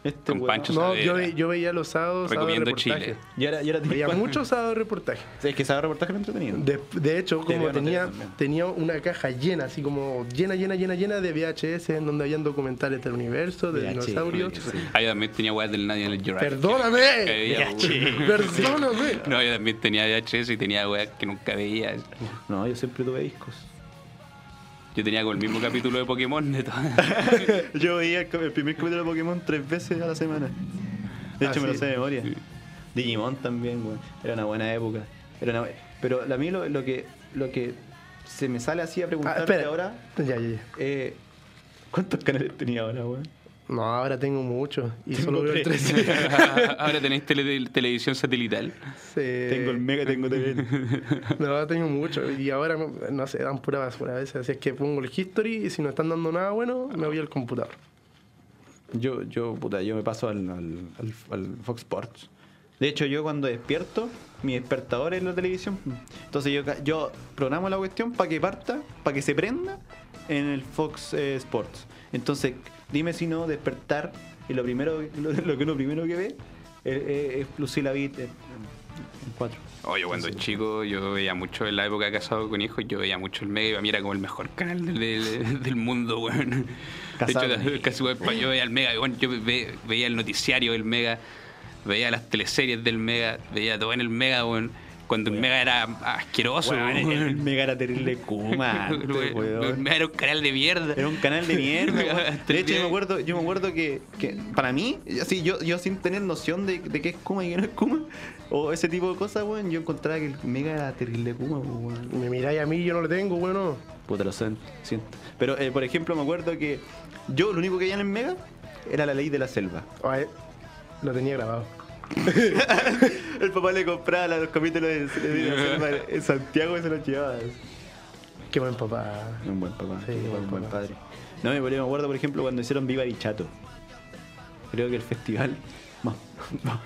Speaker 1: Este
Speaker 3: con
Speaker 1: weón.
Speaker 3: Pancho
Speaker 2: No,
Speaker 3: Saavedra.
Speaker 2: yo, ve- yo veía los sábados, sábados de
Speaker 3: Recomiendo
Speaker 2: reportaje.
Speaker 3: Chile.
Speaker 1: Y ahora, y ahora
Speaker 2: Veía
Speaker 1: Pancho.
Speaker 2: muchos sábados de reportaje.
Speaker 1: Sí, Es que ese reportaje era entretenido.
Speaker 2: De, de hecho, como
Speaker 1: Teleón,
Speaker 2: tenía,
Speaker 1: Teleón también.
Speaker 2: tenía una caja llena, así como llena, llena, llena, llena de VHS en donde habían documentales del universo, de
Speaker 1: VHS.
Speaker 2: dinosaurios.
Speaker 3: Ah, yo también tenía weas del Nadie en el Jurassic.
Speaker 2: ¡Perdóname!
Speaker 3: Que veía, weón.
Speaker 2: ¡Perdóname!
Speaker 3: No, yo también tenía VHS y tenía weas que nunca veía.
Speaker 1: No, yo siempre tuve discos.
Speaker 3: Yo tenía como el mismo capítulo de Pokémon de todas.
Speaker 1: yo veía el, el primer capítulo de Pokémon tres veces a la semana. De
Speaker 2: Ah,
Speaker 1: hecho, me lo
Speaker 2: sí.
Speaker 1: sé de memoria. Digimon también, güey. Era una buena época. Era una bu- Pero a mí lo, lo que, lo que se me sale así a
Speaker 2: Ah,
Speaker 1: preguntarte
Speaker 2: espera.
Speaker 1: ahora,
Speaker 2: Ya, ya, ya.
Speaker 1: eh, ¿cuántos canales tenía ahora, güey?
Speaker 2: No, ahora tengo muchos y solo veo el
Speaker 1: tres.
Speaker 2: 13.
Speaker 3: Ahora tenéis tele- televisión satelital.
Speaker 2: Sí.
Speaker 1: Tengo el mega, tengo TV.
Speaker 2: eh, No, tengo mucho. Y ahora, no sé, dan pura basura a veces. Así es que pongo el history y si no están dando nada bueno, me voy al computador.
Speaker 1: Yo, yo, puta, yo me paso al, al, al- al Fox Sports. De hecho, yo cuando despierto, mi despertador es la televisión. Entonces yo, ca- yo programo la cuestión para que parta, para que se prenda en el Fox eh, Sports. Entonces, dime si no despertar y lo primero, lo, lo que uno primero que ve es, es- es Lucila Beat eh, en 4.
Speaker 3: Oye, Oh, cuando chico yo veía mucho, en la época de casado con hijos, yo veía mucho el Mega y para mí era como el mejor canal del, del- del mundo, weón.
Speaker 1: Casado
Speaker 3: de
Speaker 1: con
Speaker 3: hecho, casi, weón, yo veía el Mega, y, bueno, yo ve- veía el noticiario del Mega, veía las teleseries del Mega, veía todo en el Mega, weón. Cuando el Mega era asqueroso, weón.
Speaker 1: el mega era terrible Kuma. antes,
Speaker 3: Weón,
Speaker 1: weón.
Speaker 3: el Mega era un canal de mierda.
Speaker 1: Era un canal de mierda. weón. de hecho, yo me acuerdo, yo me acuerdo que, que para mí, así, yo, yo sin tener noción de, de qué es Kuma y qué no es Kuma, o ese tipo de cosas, weón, yo encontraba que el Mega era terrible Kuma, pues, weón.
Speaker 2: Me miráis a mí, yo no lo tengo, bueno.
Speaker 1: Puta, lo siento. siento. Pero, eh, por ejemplo, me acuerdo que yo lo único que veía en el Mega era la ley de la selva.
Speaker 2: Ay, lo tenía grabado.
Speaker 1: El papá le compraba los capítulos de, de la selva en Santiago y se los llevaba.
Speaker 2: Qué buen papá.
Speaker 1: Un buen papá,
Speaker 2: Sí,
Speaker 1: un buen,
Speaker 2: buen
Speaker 1: buen
Speaker 2: papá.
Speaker 1: padre. No, me me acuerdo, por ejemplo, cuando hicieron Viva Chato. Creo que el festival más, más,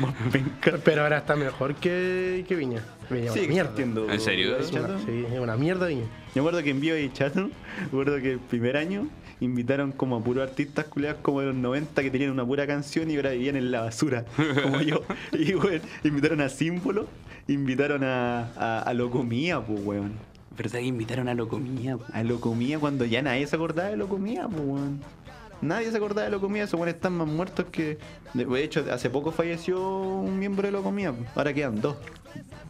Speaker 1: más penca.
Speaker 2: Pero ahora está mejor que, que Viña. Viña es una
Speaker 1: Sigue
Speaker 2: mierda.
Speaker 1: existiendo
Speaker 3: ¿En serio?
Speaker 1: Viva
Speaker 2: Es una,
Speaker 1: Chato.
Speaker 2: sí, es una mierda Viña.
Speaker 1: Me acuerdo que en Viva Chato, me acuerdo que el primer año invitaron como a puros artistas culiados como de los 90 que tenían una pura canción y ahora vivían en la basura, como yo. Y, weón, invitaron a Símbolo, invitaron a, a, a Locomía, pues, weón.
Speaker 3: ¿Verdad que invitaron a Locomía? po?
Speaker 1: A lo comía cuando ya nadie se acordaba de lo comía, pues, weón. Nadie se acordaba de lo comía, esos weones están más muertos que. De hecho, hace poco falleció un miembro de lo comía, pues. ahora quedan dos,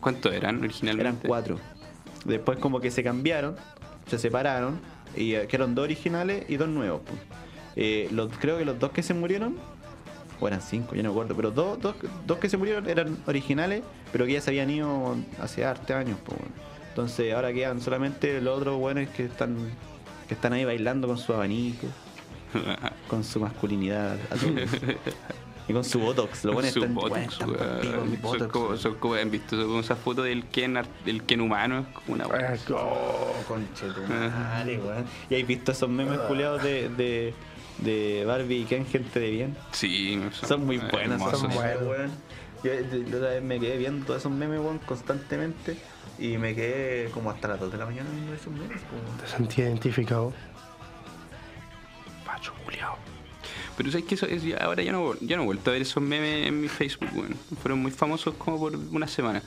Speaker 3: ¿Cuántos eran originalmente?
Speaker 1: eran cuatro. Después, como que se cambiaron, se separaron, y eh, quedaron dos originales y dos nuevos, pues. Eh, los, creo que los dos que se murieron, o eran cinco, ya no me acuerdo, pero dos, dos, dos que se murieron eran originales, pero que ya se habían ido hace hartos años, pues, weón. Entonces ahora quedan solamente los otros buenos que están que están ahí bailando con su abanico, con su masculinidad a todos. y con su botox. Los buenos
Speaker 3: Su
Speaker 1: están,
Speaker 3: botox,
Speaker 1: weón, están
Speaker 3: weón.
Speaker 1: partidos con
Speaker 3: Son
Speaker 1: botox,
Speaker 3: como-
Speaker 1: weón.
Speaker 3: son como- ¿Han visto como esa foto del Ken, ar- del Ken humano? Es como una
Speaker 2: Ah,
Speaker 1: Oh, conchetumare, weón. ¿Y habéis visto esos memes culiados de, de, de Barbie y Ken, gente de bien?
Speaker 3: Sí,
Speaker 1: Son muy buenas,
Speaker 3: hermosos.
Speaker 1: son
Speaker 2: Hermosos.
Speaker 1: buenas, weón. Yo yo- yo otra vez me quedé viendo todos esos memes, weón, constantemente. Y me quedé como hasta las 2 de la mañana viendo esos memes, weón.
Speaker 2: Te sentí identificado.
Speaker 3: Pacho culiao. Pero sabes que eso es- ya- ahora ya no, vol- ya no he vuelto a ver esos memes en mi Facebook, weón. Fueron muy famosos como por una semana.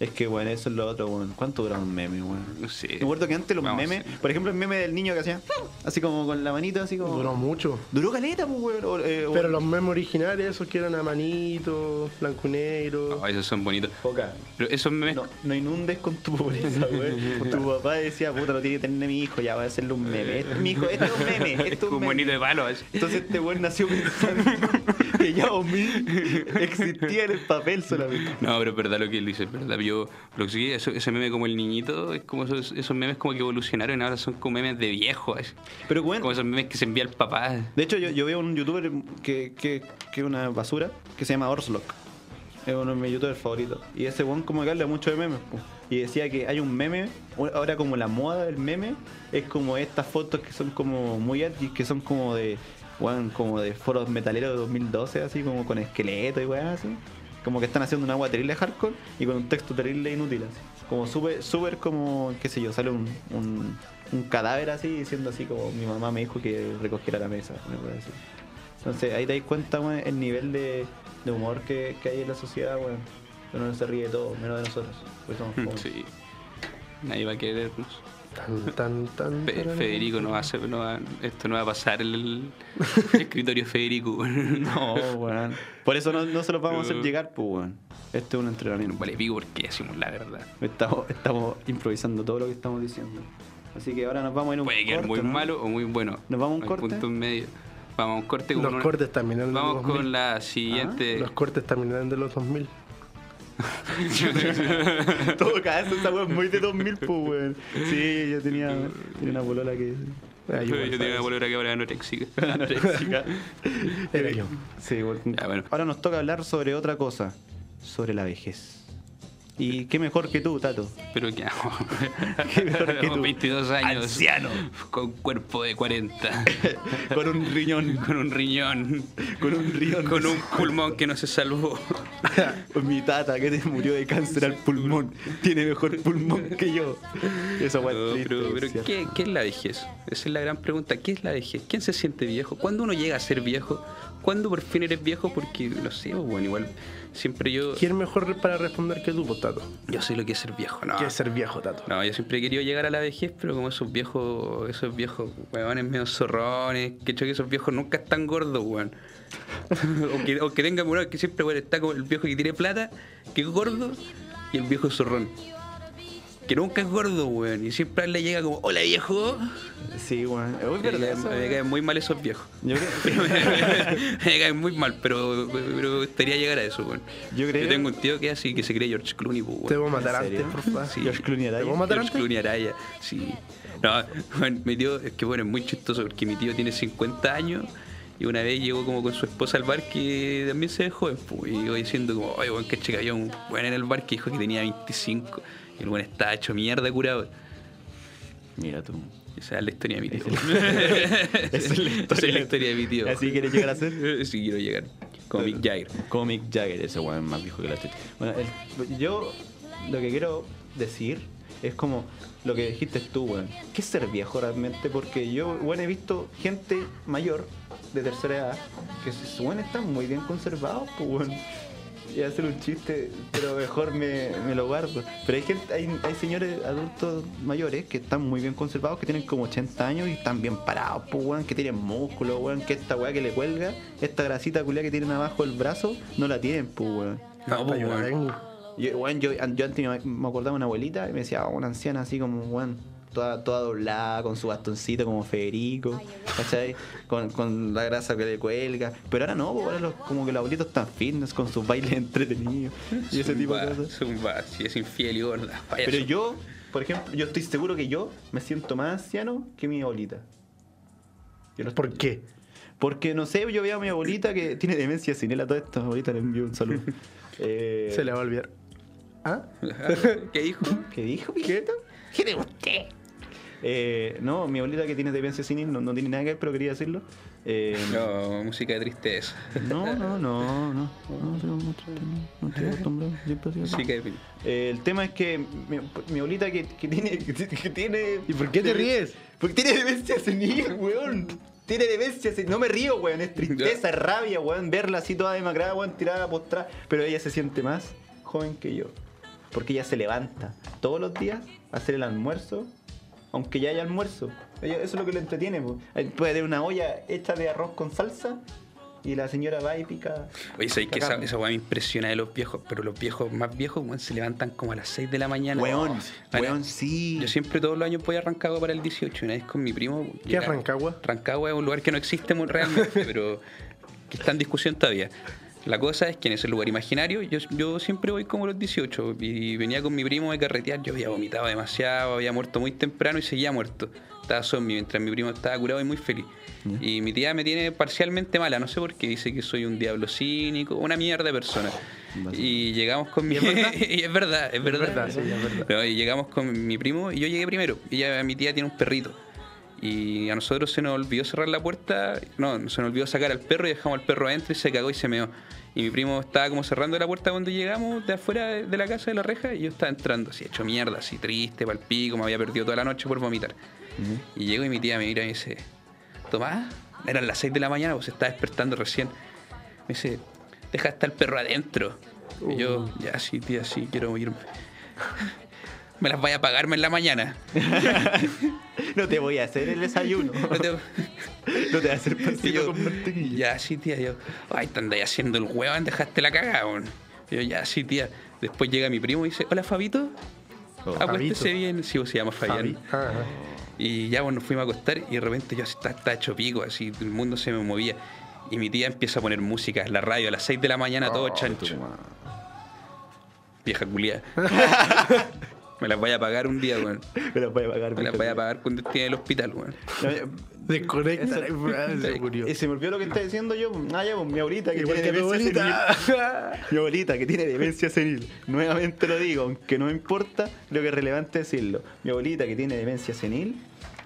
Speaker 1: Es que, weón, eso es lo otro, weón. ¿Cuánto dura un meme, weón?
Speaker 3: No sé.
Speaker 1: Me acuerdo que antes los
Speaker 3: Vamos,
Speaker 1: memes,
Speaker 3: sí.
Speaker 1: por ejemplo, el meme del niño que hacía así como con la manita, así como.
Speaker 2: Duró mucho.
Speaker 1: Duró caleta, pues, weón. O, eh, o-
Speaker 2: Pero los memes originales, esos que eran a manito, blanco y negro.
Speaker 3: Oh, esos son bonitos.
Speaker 1: Foca,
Speaker 3: Pero esos memes.
Speaker 1: No, no inundes con tu pobreza, weón. tu papá decía, puta, lo tiene que tener mi hijo, ya voy a hacerle un meme. Este- mi hijo, este es un meme, este
Speaker 3: es
Speaker 1: es un
Speaker 3: como un bonito
Speaker 1: meme.
Speaker 3: de palo. así.
Speaker 1: Entonces este weón nació pensando que ya Omi existía en el papel solamente.
Speaker 3: No, pero es verdad lo que él dice, es verdad. Yo lo que sí, eso- ese meme como el niñito, es como esos, esos memes como que evolucionaron, ahora son como memes de viejo. así.
Speaker 1: Pero weón,
Speaker 3: Como esos memes que se envía el papá.
Speaker 1: De hecho, yo, yo veo un youtuber que, que, que es una basura que se llama Orslock. Es uno de mis youtubers favoritos. Y ese weón como que habla mucho de memes. po. Y decía que hay un meme, ahora como la moda del meme, es como estas fotos que son como muy artis, que son como de, weón, como de foros metaleros de 2012, así como con esqueleto y weón así. Como que están haciendo una agua terrible hardcore y con un texto terrible inútil. así. Como súper, súper como, qué sé yo, sale un, un, un cadáver así diciendo así como mi mamá me dijo que recogiera la mesa. Una weá así. Entonces ahí te das cuenta, weón, el nivel de, de humor que, que hay en la sociedad, weón. Uno no se ríe de todo, menos de nosotros. Pues somos pobres.
Speaker 3: Sí. Nadie va a querernos.
Speaker 2: Tan, tan, tan.
Speaker 3: Fe-
Speaker 2: tararara.
Speaker 3: Federico no va a hacer, no va- esto no va a pasar el, el escritorio de Federico.
Speaker 1: No, weón. Por eso no, no se los vamos a hacer llegar, pues, weón. Este es un entrenamiento.
Speaker 3: Vale, pico porque decimos la verdad.
Speaker 1: Estamos, estamos improvisando todo lo que estamos diciendo. Así que ahora nos vamos a ir a un
Speaker 3: Puede quedar
Speaker 1: corte,
Speaker 3: muy
Speaker 1: ¿no?
Speaker 3: malo o muy bueno.
Speaker 1: ¿Nos vamos a un
Speaker 3: Hay
Speaker 1: corte?
Speaker 3: punto en medio. Vamos a un corte. con
Speaker 2: Los
Speaker 3: una-
Speaker 2: cortes también eran de
Speaker 3: este Vamos
Speaker 2: los
Speaker 3: con
Speaker 2: 2000.
Speaker 3: la siguiente.
Speaker 2: Los cortes también eran de los 2000.
Speaker 1: En todo caso, esa weón es muy de 2000, pues, weón. Sí, yo tenía, tenía una bolola que
Speaker 2: Ah,
Speaker 3: Yo
Speaker 2: igual,
Speaker 3: tenía una bolera que ahora es anoréxica.
Speaker 1: Anoréxica.
Speaker 2: Era yo.
Speaker 1: Sí, bueno.
Speaker 3: Ya, bueno.
Speaker 1: Ahora nos toca hablar sobre otra cosa, sobre la vejez. Y qué mejor que tú, Tato.
Speaker 3: Pero ¿qué hago?
Speaker 1: Qué mejor que tú.
Speaker 3: 22 años.
Speaker 1: Anciano.
Speaker 3: Con cuerpo de 40.
Speaker 1: Con un riñón,
Speaker 3: con un riñón.
Speaker 1: con un riñón.
Speaker 3: Con un pulmón que no se salvó.
Speaker 1: Mi tata que te murió de cáncer al pulmón. Tiene mejor pulmón que yo. Eso fue
Speaker 3: No,
Speaker 1: triste.
Speaker 3: pero, pero
Speaker 1: es cierto.
Speaker 3: ¿qué, qué es la vejez? Esa es la gran pregunta. ¿Qué es la vejez? ¿Quién se siente viejo? ¿Cuándo uno llega a ser viejo? ¿Cuándo por fin eres viejo? Porque, no sé, pues, bueno, igual siempre yo...
Speaker 2: ¿Quién mejor para responder que tú, pues, Tato?
Speaker 3: Yo sé lo que es ser viejo, ¿no?
Speaker 2: ¿Quieres ser viejo, Tato?
Speaker 3: No, yo siempre he querido llegar a la vejez, pero como esos viejos, esos viejos huevones medio zorrones, que hecho que esos viejos nunca están gordos, weón. o, que, o que tengan bueno, que siempre weón, está como el viejo que tiene plata, que es gordo, y el viejo zorrón. Que nunca es gordo, weón. Y siempre le llega como, hola viejo.
Speaker 1: Sí, bueno. Es
Speaker 3: Eh, Me
Speaker 1: verdad
Speaker 3: caen,
Speaker 1: eso,
Speaker 3: me
Speaker 1: weón.
Speaker 3: caen muy mal esos viejos.
Speaker 1: Yo creo-
Speaker 3: me caen muy mal, pero, pero me gustaría llegar a eso, weón.
Speaker 1: Yo creo-
Speaker 3: tengo un tío que es así, que se cree George Clooney, pues, weón.
Speaker 2: Te voy a matar
Speaker 1: ¿En
Speaker 2: antes,
Speaker 1: serio?
Speaker 2: por favor.
Speaker 3: Sí.
Speaker 1: George Clooney era
Speaker 2: ¿Te
Speaker 1: ahí.
Speaker 2: voy a matar
Speaker 3: George
Speaker 2: antes?
Speaker 3: Clooney Araya, sí. No, bueno, mi tío, es que bueno, es muy chistoso porque mi tío tiene 50 años y una vez llegó como con su esposa al bar que también se dejó pues, y iba diciendo como, oye, bueno, que había un bueno en el bar que dijo que tenía 25 y el bueno estaba hecho mierda curado.
Speaker 1: Mira tú.
Speaker 3: Esa es la historia de mi tío.
Speaker 1: Esa es la historia,
Speaker 3: Esa es la historia de mi tío.
Speaker 1: ¿Así quieres llegar a ser?
Speaker 3: Sí, quiero llegar. Como Mick Jagger.
Speaker 1: Como Mick Jagger, ese weón más viejo que la chucha. Bueno, el- yo lo que quiero decir es como lo que dijiste tú, weón. ¿Qué es ser viejo realmente? Porque yo, weón, he visto gente mayor de tercera edad que se weón están muy bien conservados, pues, weón. Y hacer un chiste, pero mejor me, me lo guardo. Pero hay, gente, hay, hay señores adultos mayores que están muy bien conservados, que tienen como 80 años y están bien parados, pues, weón, que tienen músculo, weón, que esta weá que le cuelga, esta grasita culia que tienen abajo el brazo, no la tienen, pues, weón.
Speaker 3: No,
Speaker 2: pa,
Speaker 3: pues,
Speaker 2: yo la
Speaker 3: weón.
Speaker 2: tengo.
Speaker 1: Yo, weón, yo, an- yo antes me- me acordaba de una abuelita y me decía, "Ah, una anciana así como, weón, toda, toda doblada, con su bastoncito como Federico, ¿cachai? Con, con la grasa que le cuelga. Pero ahora no, pues, ahora los- como que los abuelitos están fitness con sus bailes entretenidos y ese tipo de
Speaker 3: Zumba,
Speaker 1: cosas.
Speaker 3: Zumba, si es infiel y gorda.
Speaker 1: Pero
Speaker 3: payaso.
Speaker 1: yo, por ejemplo, yo estoy seguro que yo me siento más anciano que mi abuelita. Yo no-
Speaker 2: ¿Por qué?
Speaker 1: Porque no sé, yo veo a mi abuelita que tiene demencia senil a todo esto. Abuelita le envío un saludo. Eh,
Speaker 2: Se le va a olvidar. ¿Ah?
Speaker 3: ¿Qué dijo?
Speaker 1: ¿Qué dijo, mijito? ¿Qué le usted? Eh, no, mi abuelita que tiene demencia senil no, no tiene nada que ver, pero quería decirlo. Eh,
Speaker 3: No, música de tristeza.
Speaker 1: no, no, no, no. No, no, no, no, no estoy acostumbrado, siempre ha sido así.
Speaker 3: Música de...
Speaker 1: Eh, el tema es que mi, mi abuelita que, que tiene, que tiene...
Speaker 2: ¿Y por qué te ríes?
Speaker 1: Porque tiene demencia senil, weón. Tiene demencia senil. No me río, weón. Es tristeza, es rabia, weón. Verla así toda demacrada, weón, tirada postrada. Pero ella se siente más joven que yo. Porque ella se levanta todos los días a hacer el almuerzo. Aunque ya haya almuerzo. Ella- Eso es lo que le entretiene, po. Ahí Puede tener una olla hecha de arroz con salsa. Y la señora va y pica.
Speaker 3: Oye, sabéis que esa,
Speaker 1: Cagamos.
Speaker 3: esa weá me impresiona de los viejos, pero los viejos más viejos, weón, se levantan como a las 6 de la mañana.
Speaker 1: Weón,
Speaker 3: Ahora,
Speaker 1: weón, sí.
Speaker 3: Yo siempre todos los años voy a Rancagua para el 18, una vez con mi primo. weón,
Speaker 2: ¿Qué
Speaker 3: llegaba-
Speaker 2: es Rancagua?
Speaker 3: Rancagua es un lugar que no existe mu- realmente, pero que está en discusión todavía. La cosa es que en ese lugar imaginario yo, yo siempre voy como a los 18 y venía con mi primo de carretear, yo había vomitado demasiado, había muerto muy temprano y seguía muerto. Estaba zombie mientras mi primo estaba curado y muy feliz. Y mi tía me tiene parcialmente mala, no sé por qué, dice que soy un diablo cínico, una mierda de persona. Y llegamos con mi...
Speaker 2: ¿Y es verdad?
Speaker 3: y es verdad, es verdad.
Speaker 2: verdad, sí, es verdad.
Speaker 3: No, y llegamos con mi primo y yo llegué primero. Y ya mi tía tiene un perrito. Y a nosotros se nos olvidó cerrar la puerta. No, se nos olvidó sacar al perro y dejamos al perro adentro y se cagó y se meó. Y mi primo estaba como cerrando la puerta cuando llegamos de afuera de de la casa de la reja y yo estaba entrando así, hecho mierda, así triste, pal pico, me había perdido toda la noche por vomitar. Y llego y mi tía me mira y me dice, Tomás, eran las 6 de la mañana, vos se está despertando recién. Me dice, deja estar el perro adentro. Y yo,
Speaker 1: Uh.
Speaker 3: ya sí, tía, sí, quiero irme. Me las vaya a pagarme en la mañana.
Speaker 1: No te voy a hacer el desayuno.
Speaker 3: No te-
Speaker 1: No te voy a hacer
Speaker 3: Y
Speaker 1: pancito
Speaker 3: yo,
Speaker 1: con mantequilla.
Speaker 3: ya sí, tía. Yo, ay, te andáis haciendo el hueón, dejaste la cagada, weón. Y Yo, ya sí, tía. Después llega mi primo y dice, hola, Fabito.
Speaker 1: Oh.
Speaker 3: Acuéstese
Speaker 2: Fabito.
Speaker 3: bien, si vos se llama Fabián.
Speaker 2: Ah, ah.
Speaker 3: Y ya, bueno, nos fuimos a acostar y de repente yo así, está, está hecho pico, así, el mundo se me movía. Y mi tía empieza a poner música, en la radio, a las 6 de la mañana, todo chancho. Vieja culia. Me las vaya a pagar un día, weón.
Speaker 1: Me las voy a pagar.
Speaker 3: Me las vaya a pagar cuando esté en el hospital, weón. Eh,
Speaker 2: Desconecta. Ah, Se murió.
Speaker 1: Eh, se me olvidó lo que está diciendo yo. Ah, ya, pues, mi abuelita que
Speaker 2: Igual
Speaker 1: tiene
Speaker 2: que tu
Speaker 1: demencia
Speaker 2: abuelita.
Speaker 1: senil. Mi abuelita que tiene demencia senil. Nuevamente lo digo, aunque no me importa, creo que es relevante decirlo. Mi abuelita que tiene demencia senil,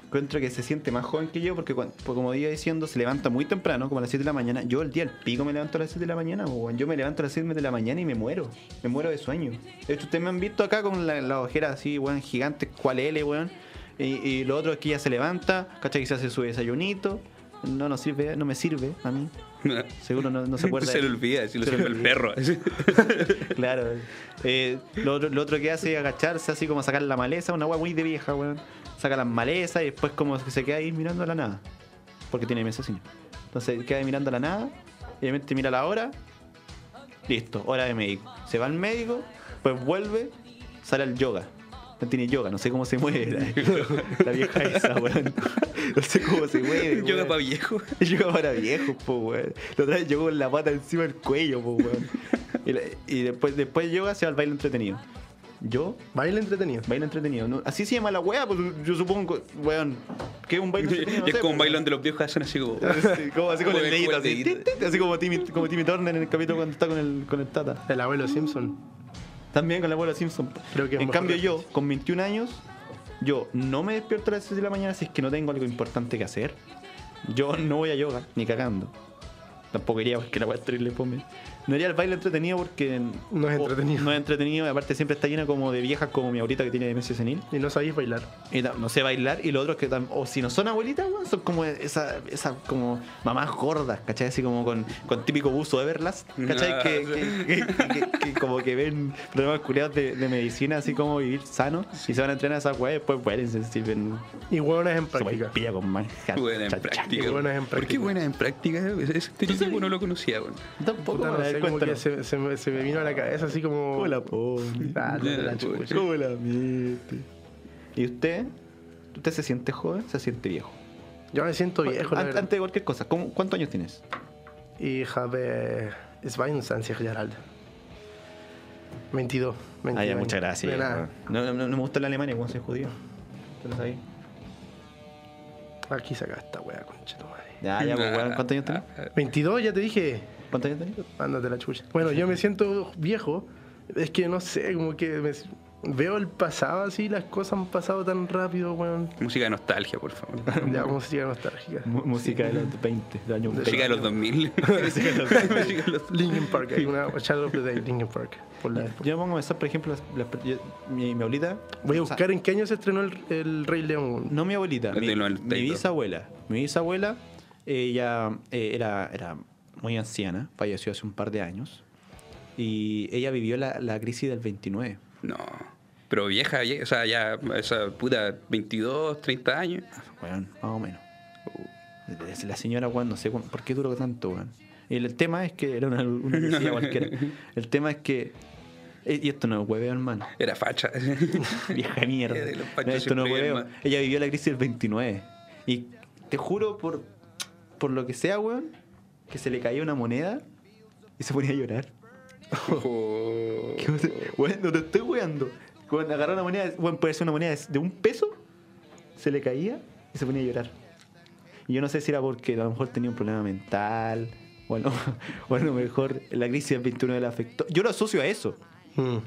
Speaker 1: encuentro que se siente más joven que yo porque, cuan- pues, como iba diciendo, se levanta muy temprano, como a las 7 de la mañana. Yo el día al pico me levanto a las 7 de la mañana, pues, weón. Yo me levanto a las 7 de la mañana y me muero. Me muero de sueño. De hecho, ustedes me han visto acá con la, la ojera así, weón, gigante, cual L, weón. Y, y lo otro es que ya se levanta, ¿cachai? Que se hace su desayunito. No nos sirve, no me sirve a mí. Seguro no, no se acuerda.
Speaker 3: Se
Speaker 1: de-
Speaker 3: le olvida, si lo
Speaker 1: Se le
Speaker 3: sirve el perro.
Speaker 1: Claro. Eh, lo, otro- lo otro que hace es agacharse así como sacar la maleza, una weá muy de vieja, weón. Saca las malezas y después como que se queda ahí mirando a la nada. Porque tiene mesocino. Entonces queda ahí mirando a la nada, y obviamente mira la hora, listo, hora de médico. Se va al médico, pues vuelve, sale al yoga. No tiene yoga, no sé cómo se mueve la, la vieja esa, weón. No sé cómo se mueve.
Speaker 3: Yoga
Speaker 1: weón.
Speaker 3: pa' viejo.
Speaker 1: Llegó para viejos, po, weón. La otra vez llegó con la pata encima del cuello, po, weón. Y, la- y después, después yoga se va al baile entretenido. Yo,
Speaker 2: Baile entretenido.
Speaker 1: baile entretenido. ¿no? Así se llama la wea, pues yo supongo, weón. ¿Qué es un baile entretenido? No
Speaker 3: Es
Speaker 1: sé, pues,
Speaker 3: como un
Speaker 1: po,
Speaker 3: bailón de los viejos que hacen así como. "Uh,
Speaker 1: weón. Sí, como así con
Speaker 3: Como
Speaker 1: el
Speaker 3: el-
Speaker 1: dedito,
Speaker 3: como el
Speaker 1: así,
Speaker 3: dedito.
Speaker 1: tit, tit, así como Timmy, como Timmy Turner en el capítulo cuando está con el, con el Tata.
Speaker 2: El abuelo Simpson.
Speaker 1: También con la abuela Simpson.
Speaker 2: Creo que es
Speaker 1: en
Speaker 2: mejor
Speaker 1: cambio, yo,
Speaker 2: referencia.
Speaker 1: con 21 años, yo no me despierto a las 6 de la mañana si es que no tengo algo importante que hacer. Yo no voy a yoga, ni cagando. Tampoco iría porque la weá le pome. No iría al baile entretenido porque.
Speaker 2: No es
Speaker 1: o-
Speaker 2: entretenido.
Speaker 1: No es entretenido y aparte siempre está llena como de viejas como mi abuelita que tiene demencia senil.
Speaker 2: Y no sabéis bailar.
Speaker 1: Y tam- no sé bailar. Y lo otro es que, tam- o si no son abuelitas, weón, son como esas esa, como mamás gordas, ¿cachai? Así como con, con típico buzo de verlas, ¿cachai?
Speaker 3: Ah,
Speaker 1: que, que-
Speaker 3: sí.
Speaker 1: que- que- que como que ven problemas culiados de, de medicina, así como vivir sano. Y se van a entrenar a esas weas y después vuelven, se sirven
Speaker 2: Y hueonas en
Speaker 1: su
Speaker 2: práctica.
Speaker 1: pilla con manjar.
Speaker 3: Buenas
Speaker 1: cha-
Speaker 3: en
Speaker 1: cha-
Speaker 3: práctica.
Speaker 2: Buenas en
Speaker 3: ¿Por qué
Speaker 2: práctica.
Speaker 3: buenas en práctica? este Ese ese estereotipo no lo conocía, weón.
Speaker 1: Tampoco,
Speaker 2: Puta, no
Speaker 1: weón,
Speaker 2: sé, como que
Speaker 1: cuéntanos.
Speaker 2: se, se me, se me vino a la cabeza así como.
Speaker 1: ¿Cómo eh, la pone?
Speaker 2: Ah, la- la
Speaker 3: Ya,
Speaker 2: chucha.
Speaker 1: ¿Cómo la pues. mete? ¿Y usted? ¿Usted se siente joven? ¿Se siente viejo?
Speaker 2: Yo me siento viejo, la
Speaker 1: An-
Speaker 2: verdad.
Speaker 1: Antes de cualquier cosa, ¿cómo- ¿cuántos años tienes?
Speaker 2: Y habe 22 Gerald. 22. 22
Speaker 1: Ah, ya, muchas gracias.
Speaker 2: De nada.
Speaker 1: No, no, no, no me gusta la Alemania cuando soy judío. Tú lo sabías.
Speaker 2: Aquí saca esta wea, concha tu madre.
Speaker 1: Ya, ya, pues, weón, ¿cuántos años tenés?
Speaker 3: Ah,
Speaker 2: 22, ya te dije.
Speaker 1: ¿Cuántos años tenés?
Speaker 2: Ándate la chucha. Bueno, yo me siento viejo. Es que no sé, como que me- veo el pasado así, las cosas han pasado tan rápido, weón.
Speaker 3: Música de nostalgia, por favor.
Speaker 2: Ya, música nostálgica.
Speaker 1: Mu- música de los 20, del año 20.
Speaker 3: Música de los 2000.
Speaker 1: Música de los 20.
Speaker 3: Música de los-
Speaker 2: Linkin Park, hay una Shadow of the Day, Linkin Park. Por la época.
Speaker 1: Yo me pongo a pensar, por ejemplo, las- las- yo- mi, mi abuelita.
Speaker 2: Voy a
Speaker 1: o sea,
Speaker 2: buscar en qué año se estrenó el, el Rey León. weón.
Speaker 1: No mi abuelita,
Speaker 3: Desde
Speaker 1: mi,
Speaker 3: el 92.
Speaker 1: mi bisabuela. Mi bisabuela, ella eh, era, era muy anciana, falleció hace un par de años. Y ella vivió la, la crisis del 29.
Speaker 3: No. Pero vieja, vieja, o sea, ya, esa puta, 22, 30 años.
Speaker 1: Weón, más o menos. Desde La señora, weón, no sé cu- por qué duró tanto, weón. Y El tema es que era una, una lucida cualquiera. El tema es que. eh, Y esto no es hueveo, hermano.
Speaker 3: Era facha.
Speaker 1: Vieja mierda.
Speaker 3: De los pachos
Speaker 1: No, esto no es
Speaker 3: siempre
Speaker 1: hueveo.
Speaker 3: bien, man.
Speaker 1: Ella vivió la crisis del 29. Y te juro, por, por lo que sea, weón, que se le caía una moneda y se ponía a llorar.
Speaker 3: Oh.
Speaker 1: Que no te- Weón, no te estoy weando. Cuando agarró una moneda, bueno, puede ser una moneda de un peso, se le caía y se ponía a llorar. Y yo no sé si era porque a lo mejor tenía un problema mental, o a lo, o a lo mejor la crisis del 21 le afectó. Yo lo asocio a eso.
Speaker 2: Mm,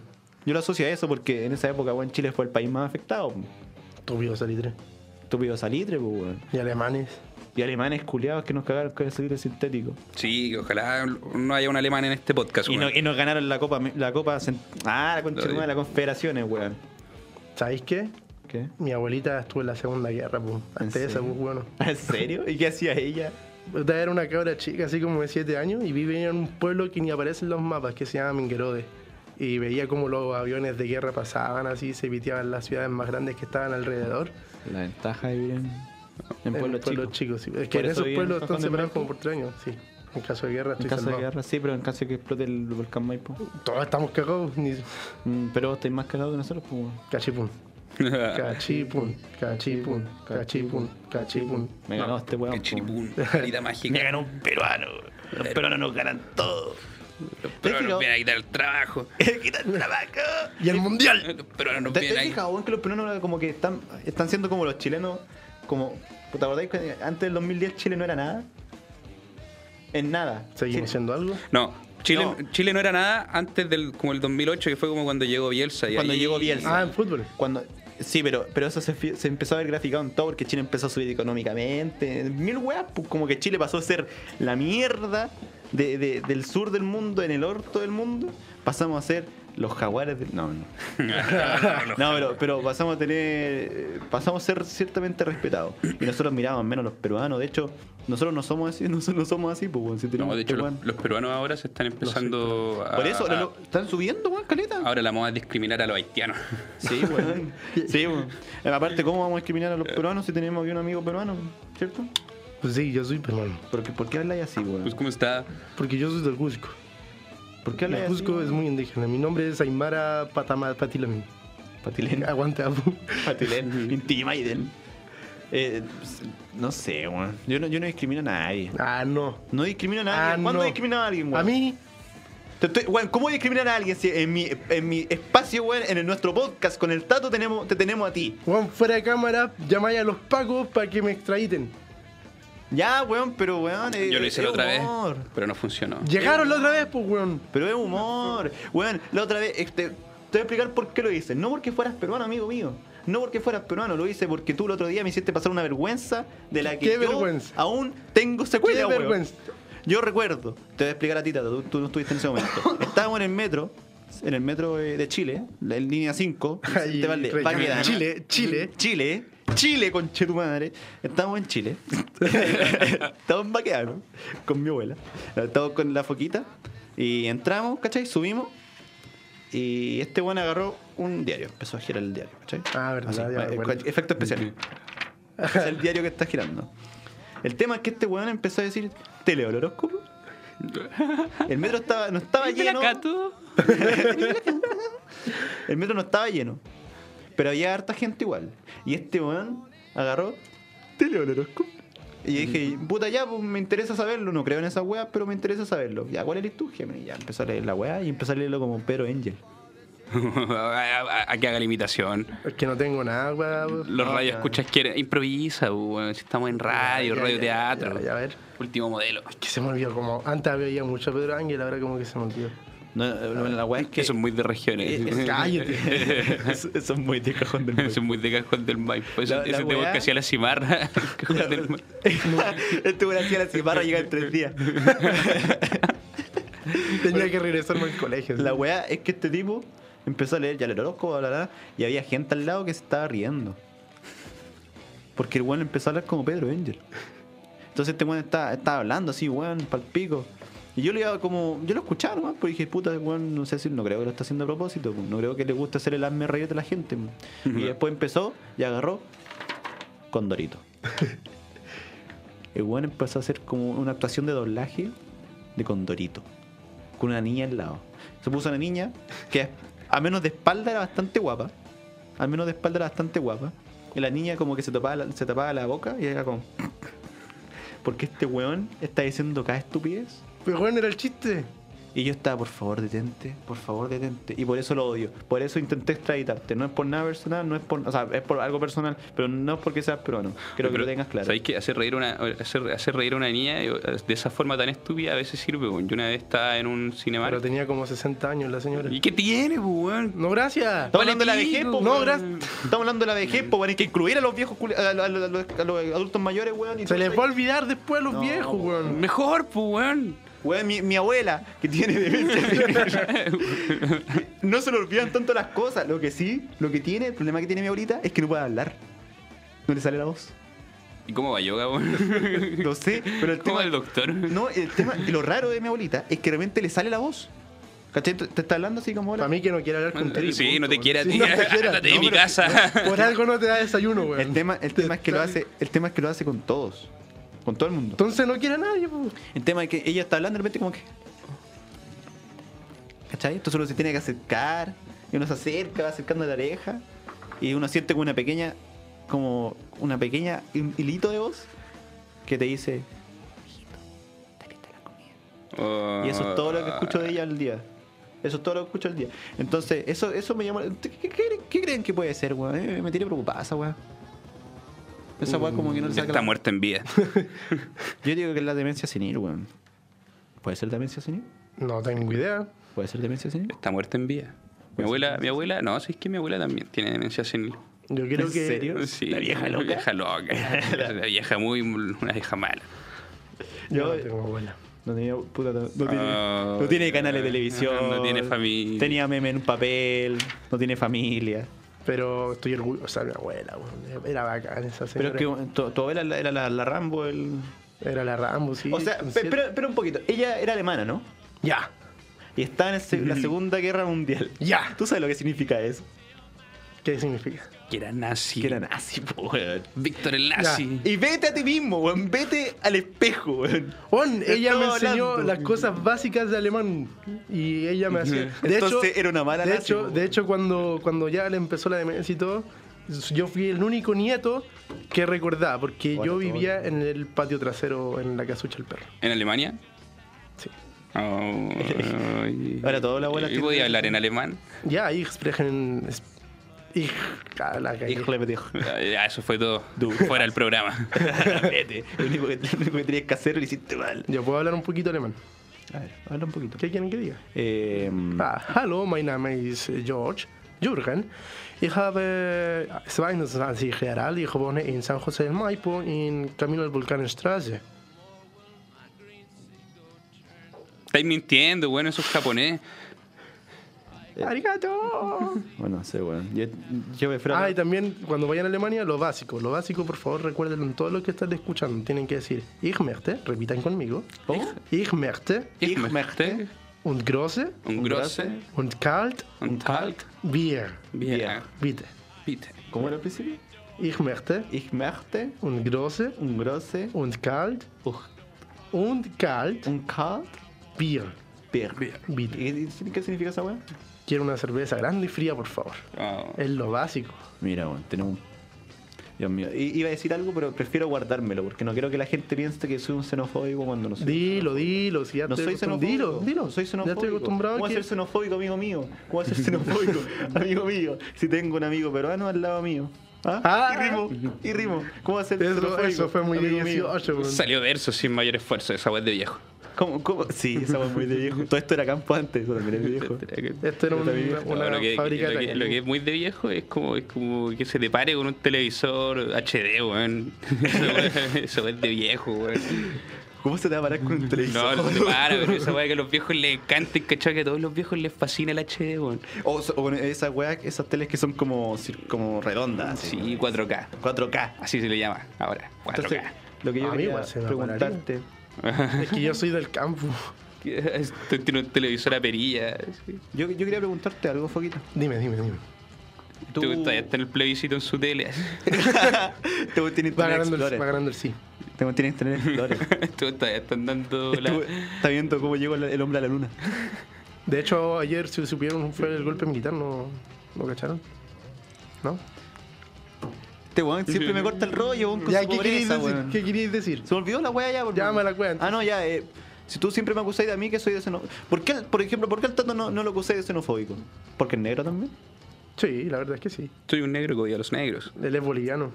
Speaker 1: Yo lo asocio a eso porque en esa época, bueno, Chile fue el país más afectado. po.
Speaker 2: tupido salitre.
Speaker 1: Estúpido salitre, pues, weón.
Speaker 2: Y alemanes.
Speaker 1: Y alemanes culiados que nos cagaron con el salitre sintético.
Speaker 3: Sí, que ojalá no haya un alemán en este podcast.
Speaker 1: Y,
Speaker 3: weón.
Speaker 1: no- y nos ganaron la copa, la copa, cent- ah, la concha
Speaker 3: Lo
Speaker 1: de
Speaker 3: digo.
Speaker 1: la confederaciones, weón.
Speaker 2: ¿Sabéis qué?
Speaker 1: ¿Qué?
Speaker 2: Mi abuelita estuvo en la Segunda Guerra, pues. Antes de esa,
Speaker 1: serio?
Speaker 2: pues, bueno.
Speaker 1: ¿En serio? ¿Y qué hacía ella?
Speaker 2: Puta, Era una cabra chica, así como de 7 años, y vivía en un pueblo que ni aparece en los mapas, que se llama Minguerode. Y veía cómo los aviones de guerra pasaban así, se piteaban las ciudades más grandes que estaban alrededor.
Speaker 1: La ventaja de vivir en, en
Speaker 2: En
Speaker 1: pueblos
Speaker 2: pueblos
Speaker 1: chicos.
Speaker 2: chicos, sí. Es que
Speaker 1: Por eso
Speaker 2: en esos
Speaker 1: viven
Speaker 2: pueblos
Speaker 1: en San
Speaker 2: están
Speaker 1: Juan de
Speaker 2: separados como
Speaker 1: Marco.
Speaker 2: por 3 años, sí. En caso de guerra
Speaker 1: En
Speaker 2: estoy
Speaker 1: caso de
Speaker 2: salvado.
Speaker 1: guerra, sí, pero en caso de que explote el volcán Maipo.
Speaker 2: Todos estamos cagados, ni...
Speaker 1: Mm, pero vos estáis más cagados que nosotros, pues. weón.
Speaker 2: Cachipum. Cachipun, cachipun, cachipun, cachipun.
Speaker 1: Me ganó este weón.
Speaker 3: Que
Speaker 1: pues, weón.
Speaker 3: chiripún, carita mágica.
Speaker 1: ganó un peruano. weón. Los peruanos nos ganan todo.
Speaker 3: Los peruanos
Speaker 1: fijado?
Speaker 3: nos vienen a quitar el trabajo.
Speaker 1: ¡Quita el trabajo!
Speaker 2: Y el mundial.
Speaker 3: Los peruanos nos
Speaker 1: ¿Te, te
Speaker 3: vienen
Speaker 1: has
Speaker 3: a
Speaker 1: fijado, weón, que los peruanos ahora como que están, están siendo como los chilenos, como, ¿te acordáis que antes del 2010 Chile no era nada? En nada.
Speaker 2: ¿Seguimos
Speaker 1: Chile-
Speaker 2: siendo algo?
Speaker 3: No, Chile
Speaker 1: No.
Speaker 3: no. Chile no era nada antes del como el 2008, que fue como cuando llegó Bielsa. y
Speaker 1: Cuando
Speaker 3: ahí-
Speaker 1: llegó Bielsa.
Speaker 2: Ah, en fútbol.
Speaker 1: Cuando, sí, pero, pero eso se, fi- se empezó a ver graficado en todo porque Chile empezó a subir económicamente. Mil weas, pues, como que Chile pasó a ser la mierda de- de- del sur del mundo, en el orto del mundo. Pasamos a ser los jaguares del. No, no. no, pero, pero pasamos a tener. eh, Pasamos a ser ciertamente respetados. Y nosotros mirábamos menos a los peruanos. De hecho, nosotros no somos así, nosotros no somos así, pues, weón, si tenemos
Speaker 3: No, de hecho,
Speaker 1: este
Speaker 3: los,
Speaker 1: weón.
Speaker 3: los peruanos ahora se están empezando a.
Speaker 1: Por eso,
Speaker 3: a-
Speaker 1: lo- están subiendo, weón, caleta.
Speaker 3: ahora la moda es discriminar a los haitianos.
Speaker 1: Sí, weón. Sí, weón. Eh, Aparte, ¿cómo vamos a discriminar a los peruanos si tenemos aquí un amigo peruano? ¿Cierto?
Speaker 2: Pues sí, yo soy peruano.
Speaker 1: ¿Por qué, por qué habláis así,
Speaker 3: Pues,
Speaker 1: weón?
Speaker 3: ¿cómo está?
Speaker 2: Porque yo soy del Cusco.
Speaker 1: ¿Por qué
Speaker 2: El
Speaker 1: habláis así?
Speaker 2: Cusco
Speaker 1: weón?
Speaker 2: es muy indígena. Mi nombre es Aymara Patama Patilamín.
Speaker 1: Patilén.
Speaker 2: Aguante, Abu.
Speaker 1: Patilén. Intimidaiden. Eh, no sé, weón. Yo no, yo no discrimino a nadie.
Speaker 2: Ah, no.
Speaker 1: No discrimino a nadie.
Speaker 2: Ah,
Speaker 1: ¿Cuándo
Speaker 2: no.
Speaker 1: he discriminado a alguien, weón?
Speaker 2: A mí,
Speaker 1: Te estoy- weón, ¿cómo voy a discriminar a alguien si en mi, en mi espacio, weón, en el- nuestro podcast con el Tato tenemos, te tenemos a ti?
Speaker 2: Juan, fuera de cámara, llamáis a los pacos para que me extraditen.
Speaker 1: Ya, weón, pero weón. eh,
Speaker 3: Yo lo hice
Speaker 1: es
Speaker 3: la otra vez,
Speaker 1: humor.
Speaker 3: pero no funcionó.
Speaker 2: Llegaron la otra vez, pues, weón.
Speaker 1: Pero es humor. Weón, la otra vez, este, te voy a explicar por qué lo hice. No porque fueras peruano, amigo mío. No porque fueras peruano, lo hice porque tú el otro día me hiciste pasar una vergüenza de la que
Speaker 2: Qué
Speaker 1: yo
Speaker 2: vergüenza.
Speaker 1: aún tengo secuela,
Speaker 2: Qué
Speaker 1: weón.
Speaker 2: vergüenza.
Speaker 1: Yo recuerdo, te voy a explicar a ti, Tato, tú, tú no estuviste en ese momento. Estábamos en el metro, en el metro eh, de Chile, la- en línea 5,
Speaker 2: Ay,
Speaker 1: Vicente Valdés,
Speaker 2: rey,
Speaker 1: Baquedano.
Speaker 2: Chile, Chile.
Speaker 1: Chile, Chile, conche tu madre. Estamos en Chile. estamos en Baquedano, con mi abuela. Estamos con la foquita. Y entramos, ¿cachai? Subimos. Y este weón agarró un diario, empezó a girar el diario, ¿cachai?
Speaker 2: Ah, verdad,
Speaker 1: Así,
Speaker 2: ya me
Speaker 1: eh,
Speaker 2: acuerdo.
Speaker 1: Efecto especial. es el diario que está girando. El tema es que este weón empezó a decir, ¿te leo el horóscopo? El metro estaba, no estaba lleno. El metro no estaba lleno. Pero había harta gente igual. Y este weón agarró, te leo el horóscopo. Y dije, puta ya, pues me interesa saberlo, no creo en esa weá, pero me interesa saberlo. Ya, ¿cuál eres tú, Gemini? Ya empezó a leer la weá y empezó a leerlo como Pedro Angel.
Speaker 3: a, a- a que haga la imitación.
Speaker 2: Es que no tengo nada, weón.
Speaker 3: Los
Speaker 1: Ah,
Speaker 3: radio escuchas quieren. Improvisa, uh, weón, si estamos en radio,
Speaker 2: Ya, ya,
Speaker 3: radio
Speaker 2: ya,
Speaker 3: teatro.
Speaker 2: ya, ya, a ver.
Speaker 3: Último modelo.
Speaker 2: Que se me olvidó como. Antes había mucho a Pedro Ángel, ahora como que se me olvidó.
Speaker 1: No, no, la weá es que.
Speaker 3: Eso es muy de regiones.
Speaker 1: Eh, eh,
Speaker 2: cállate.
Speaker 1: eso, eso es muy de cajón del
Speaker 3: Eso es muy de cajón del Maipo. Eso,
Speaker 1: La- la
Speaker 3: ese tema
Speaker 1: weá-
Speaker 3: que hacía la cimarra. Cajón del Maipo.
Speaker 1: Este weón hacía la cimarra llega en tres días.
Speaker 2: Tenía que regresarme al colegio.
Speaker 1: La
Speaker 2: sí.
Speaker 1: weá es que este tipo empezó a leer ya el horóscopo, bla, bla, bla, y había gente al lado que se estaba riendo. Porque el weón empezó a hablar como Pedro Angel. Entonces este weón estaba, estaba hablando así, weón, palpico. Y yo le iba como. Yo lo escuchaba nomás, porque dije, puta, weón, no sé si no creo que lo está haciendo a propósito, pues, no creo que le guste hacer el hazme reír de la gente. pues. Y después empezó y agarró Condorito. El weón empezó a hacer como una actuación de doblaje de Condorito. Con una niña al lado. Se puso una niña que a menos de espalda era bastante guapa. Al menos de espalda era bastante guapa. Y la niña como que se tapaba la, se tapaba la boca y era como... Porque este weón está diciendo cada estupidez.
Speaker 2: Pero, weón, era el chiste.
Speaker 1: Y yo estaba, por favor, detente, por favor, detente. Y por eso lo odio. Por eso intenté extraditarte. No es por nada personal, no es por... O sea, es por algo personal, pero no es porque seas peruano. Creo que
Speaker 3: Pero,
Speaker 1: lo tengas claro.
Speaker 3: ¿Sabéis que hacer reír una, hacer, hacer reír a una niña eh, de esa forma tan estúpida a veces sirve? weón. Yo una vez estaba en un cinema.
Speaker 2: Pero tenía como 60 años la señora.
Speaker 3: ¿Y qué tiene, weón?
Speaker 2: No, gracias.
Speaker 1: Estamos
Speaker 3: Vale
Speaker 1: hablando de la vejez,
Speaker 3: pico,
Speaker 1: po,
Speaker 2: no,
Speaker 1: weón.
Speaker 2: gracias.
Speaker 1: Estamos hablando de la vejez, po, weón. Hay que incluir a los viejos, culi- a, a- a- a los, a los adultos mayores, weón. y
Speaker 2: Se
Speaker 1: todo
Speaker 2: les
Speaker 1: eso.
Speaker 2: va a olvidar después a los
Speaker 1: No,
Speaker 2: viejos, weón.
Speaker 3: Mejor, pues, weón.
Speaker 1: Weón, mi, mi abuela, que tiene demencia. no se le olvidan tanto las cosas. Lo que sí, lo que tiene, el problema que tiene mi abuelita es que no puede hablar. No le sale la voz.
Speaker 3: ¿Y cómo va yoga, weón?
Speaker 1: Lo sé, pero el
Speaker 3: ¿Cómo
Speaker 1: tema.
Speaker 3: el doctor?
Speaker 1: No, el tema, lo raro de mi abuelita es que de repente le sale la voz. ¿Cachai? Te, te está hablando así como ahora.
Speaker 2: Para mí que no quiere hablar contigo.
Speaker 3: Sí, no te quiere a ti.
Speaker 2: No te quiere.
Speaker 3: Ándate de
Speaker 2: No,
Speaker 3: mi
Speaker 2: pero-
Speaker 3: casa.
Speaker 2: Por algo no te da desayuno, weón.
Speaker 1: El tema, el tema es que lo hace, el tema es que lo hace con todos. Con todo el mundo.
Speaker 2: Entonces no quiere a nadie, po.
Speaker 1: El tema es que ella está hablando de repente como que. ¿Cachai? Entonces uno se tiene que acercar. Y uno se acerca, va acercando la oreja. Y uno siente como una pequeña. Como una pequeña. Un hilito de voz. Que te dice. "Hijito, ¿te viste la comida?".
Speaker 3: Oh.
Speaker 1: Y eso es todo lo que escucho de ella al día. Eso es todo lo que escucho al día. Entonces, eso, eso me llama. ¿Qué, qué, qué- qué creen que puede ser, weón? Eh, me tiene preocupada esa weá. Esa weá como que no le
Speaker 3: Ya
Speaker 1: saca.
Speaker 3: está
Speaker 1: la-
Speaker 3: muerta en vida.
Speaker 1: Yo digo que es la demencia senil, weón. ¿Puede ser demencia senil?
Speaker 2: No tengo idea.
Speaker 1: ¿Puede ser demencia senil?
Speaker 3: Está muerta en vida. Mi
Speaker 1: Pues
Speaker 3: abuela, mi abuela, no, si es que mi abuela también tiene demencia senil.
Speaker 2: Yo creo
Speaker 1: ¿En
Speaker 2: que.
Speaker 1: serio?
Speaker 3: Sí,
Speaker 1: ¿La vieja loca?
Speaker 3: La vieja loca. la vieja muy, una vieja mala.
Speaker 2: Yo
Speaker 1: Yo
Speaker 2: no tengo abuela.
Speaker 1: no tenía, puta, no, no tiene,
Speaker 3: Ah,
Speaker 1: no tiene canales de
Speaker 3: ah,
Speaker 1: televisión.
Speaker 3: no tiene familia.
Speaker 1: Tenía meme en un papel. No tiene familia.
Speaker 2: Pero estoy orgulloso de mi abuela, weón. Era bacán esa
Speaker 1: Pero
Speaker 2: señora.
Speaker 1: es que tu, tu abuela era la, la Rambo, el.
Speaker 2: Era la Rambo, sí.
Speaker 1: O sea,
Speaker 2: con
Speaker 1: pe-
Speaker 2: siete-
Speaker 1: pero, pero un poquito. Ella era alemana, ¿no?
Speaker 2: Ya.
Speaker 1: Y estaba en el se- la Segunda Guerra Mundial.
Speaker 2: Ya.
Speaker 1: ¿Tú sabes lo que significa eso?
Speaker 2: ¿Qué significa?
Speaker 3: Que era nazi.
Speaker 1: Que era nazi, po, weón.
Speaker 3: Víctor el nazi.
Speaker 1: Y vete a ti mismo, weón. Vete al espejo, weón.
Speaker 2: On,
Speaker 1: Te
Speaker 2: ella me
Speaker 1: estaba
Speaker 2: enseñó
Speaker 1: hablando.
Speaker 2: las cosas básicas de alemán. Y ella me hacía. De
Speaker 1: Entonces
Speaker 2: hecho,
Speaker 1: era una mala
Speaker 2: de
Speaker 1: nazi,
Speaker 2: hecho,
Speaker 1: po.
Speaker 2: de hecho cuando, cuando ya le empezó la demencia y todo, yo fui el único nieto que recordaba, porque
Speaker 1: Hola,
Speaker 2: yo
Speaker 1: todo
Speaker 2: vivía en el patio trasero, en la casucha del perro.
Speaker 3: ¿En Alemania?
Speaker 2: Sí.
Speaker 3: Oh, y-
Speaker 1: Ahora toda la abuela
Speaker 3: ¿Y
Speaker 1: tiene-
Speaker 3: podía hablar en alemán?
Speaker 2: Ya, ich sprechen. es- Ich. ah, la cagué.
Speaker 1: Híjole, me dijo.
Speaker 3: Ya, eso fue todo. Fuera del programa.
Speaker 1: Vete. Lo único, que, lo único que tenías que hacer lo hiciste mal.
Speaker 2: Yo puedo hablar un poquito alemán.
Speaker 1: A ver, habla un poquito.
Speaker 2: ¿Qué quieren que diga?
Speaker 1: Eh,
Speaker 2: Ah, hallo, mein Name ist äh, George, Jürgen. Ich habe 22 Jahre alt, ich wohne in San José del Maipo, in Camino del Vulcanenstraße.
Speaker 3: Estáis mintiendo, bueno, eso es japonés.
Speaker 2: ¡Arigato!
Speaker 1: Bueno, no sé, weón. Yo, yo prefiero.
Speaker 2: Ah, y también cuando vayan a Alemania, lo básico. Lo básico, por favor, recuérdenlo en todo lo que están escuchando. Tienen que decir, ich möchte, repitan conmigo,
Speaker 1: ¿Cómo?
Speaker 2: ich möchte
Speaker 1: Ich möchte
Speaker 2: und große
Speaker 3: este? un grosse,
Speaker 2: und kalt
Speaker 3: un talt,
Speaker 2: Bier,
Speaker 3: bien,
Speaker 2: bitte.
Speaker 3: pite.
Speaker 1: ¿Cómo era al principio?
Speaker 2: Ich möchte
Speaker 1: Ich möchte
Speaker 2: und große
Speaker 1: un grosse,
Speaker 2: und kalt
Speaker 1: uch,
Speaker 2: und kalt
Speaker 1: un kalt
Speaker 2: Bier.
Speaker 1: Bier.
Speaker 2: Bier.
Speaker 1: ¿Y ¿Qué significa esa weá?
Speaker 2: Quiero una cerveza grande y fría, por favor.
Speaker 3: Oh,
Speaker 2: Es lo básico.
Speaker 1: Mira, weón, tenemos un. Dios mío. I- Iba a decir algo, pero prefiero guardármelo, porque no quiero que la gente piense que soy un xenofóbico cuando no soy.
Speaker 2: Dilo, dilo. Si ya
Speaker 1: No
Speaker 2: estoy
Speaker 1: soy
Speaker 2: acostum-
Speaker 1: xenofóbico.
Speaker 2: Dilo, dilo.
Speaker 1: No soy
Speaker 2: Ya
Speaker 1: xenofóbico.
Speaker 2: estoy acostumbrado
Speaker 1: ¿Cómo
Speaker 2: a
Speaker 1: voy a
Speaker 2: que...
Speaker 1: ser xenofóbico, amigo mío? ¿Cómo voy a ser xenofóbico, amigo mío? Si tengo un amigo peruano al lado mío. ¿Ah?
Speaker 2: Ah.
Speaker 1: y rimo, y rimo. ¿Cómo va a ser
Speaker 2: Eso,
Speaker 1: xenofóbico?
Speaker 2: eso fue muy de
Speaker 1: amigo mío?
Speaker 2: 18, weón.
Speaker 3: Salió verso sin mayor esfuerzo, esa web de viejo.
Speaker 1: ¿Cómo, cómo? Sí, esa fue muy de viejo. Todo esto era campo antes, eso también era viejo.
Speaker 2: Esto era
Speaker 1: Yo
Speaker 2: un-
Speaker 1: también-
Speaker 2: una,
Speaker 3: No, lo, que,
Speaker 2: fábrica
Speaker 3: lo que-
Speaker 2: de
Speaker 3: lo que es muy de viejo es como, es como que se te pare con un televisor HD, weón. Eso, weón, Eso es de viejo, weón.
Speaker 1: ¿Cómo se te va a parar con un
Speaker 3: No,
Speaker 1: televisor?
Speaker 3: no se para, pero esa weá que a los viejos les encanta, ¿cachai? Que a todos los viejos les fascina el HD, weón.
Speaker 1: O, so- o con esas weas, esas teles que son como, cir- como redondas. así,
Speaker 3: Sí, 4K.
Speaker 1: 4K.
Speaker 3: Así se le llama ahora, 4K.
Speaker 1: Entonces, lo que yo
Speaker 2: A mí
Speaker 1: quería
Speaker 2: Ah, igual se me
Speaker 1: preguntarte.
Speaker 2: Es que yo soy del campo.
Speaker 3: Esto Este Tiene un televisor a perilla. sí. Este
Speaker 1: Yo, yo quería preguntarte algo, Foquita.
Speaker 2: Dime, dime, dime.
Speaker 1: Tú-
Speaker 3: Tú todavía está en el plebiscito en su tele.
Speaker 1: Tengo que tener Internet
Speaker 2: Va ganando, el, va
Speaker 1: Explorer.
Speaker 2: ganando el sí.
Speaker 1: Tengo que tener Internet Explorer.
Speaker 3: Tú Este todavía están dando la.
Speaker 1: Estuve- Está viendo cómo llegó el hombre a la luna.
Speaker 2: De hecho, ayer, si supieron, fue el golpe militar. ¿No lo cacharon? ¿No?
Speaker 1: Este weón siempre me corta el rollo, weón, con
Speaker 2: Ya,
Speaker 1: su
Speaker 2: ¿qué queréis
Speaker 1: pobreza,
Speaker 2: decir?
Speaker 1: weón.
Speaker 2: ¿Qué queréis decir?
Speaker 1: Se me olvidó la weá ya, por
Speaker 2: Ya me la cuenta.
Speaker 1: Ah, no, ya. eh, si tú siempre me acusáis de a mí que soy de xenofóbico. ¿Por qué, por ejemplo, por qué el Tato no, no lo acusáis de xenofóbico? ¿Porque es negro también?
Speaker 2: Sí, la verdad es que sí.
Speaker 3: Soy un negro que odia a los negros.
Speaker 2: Él es boliviano.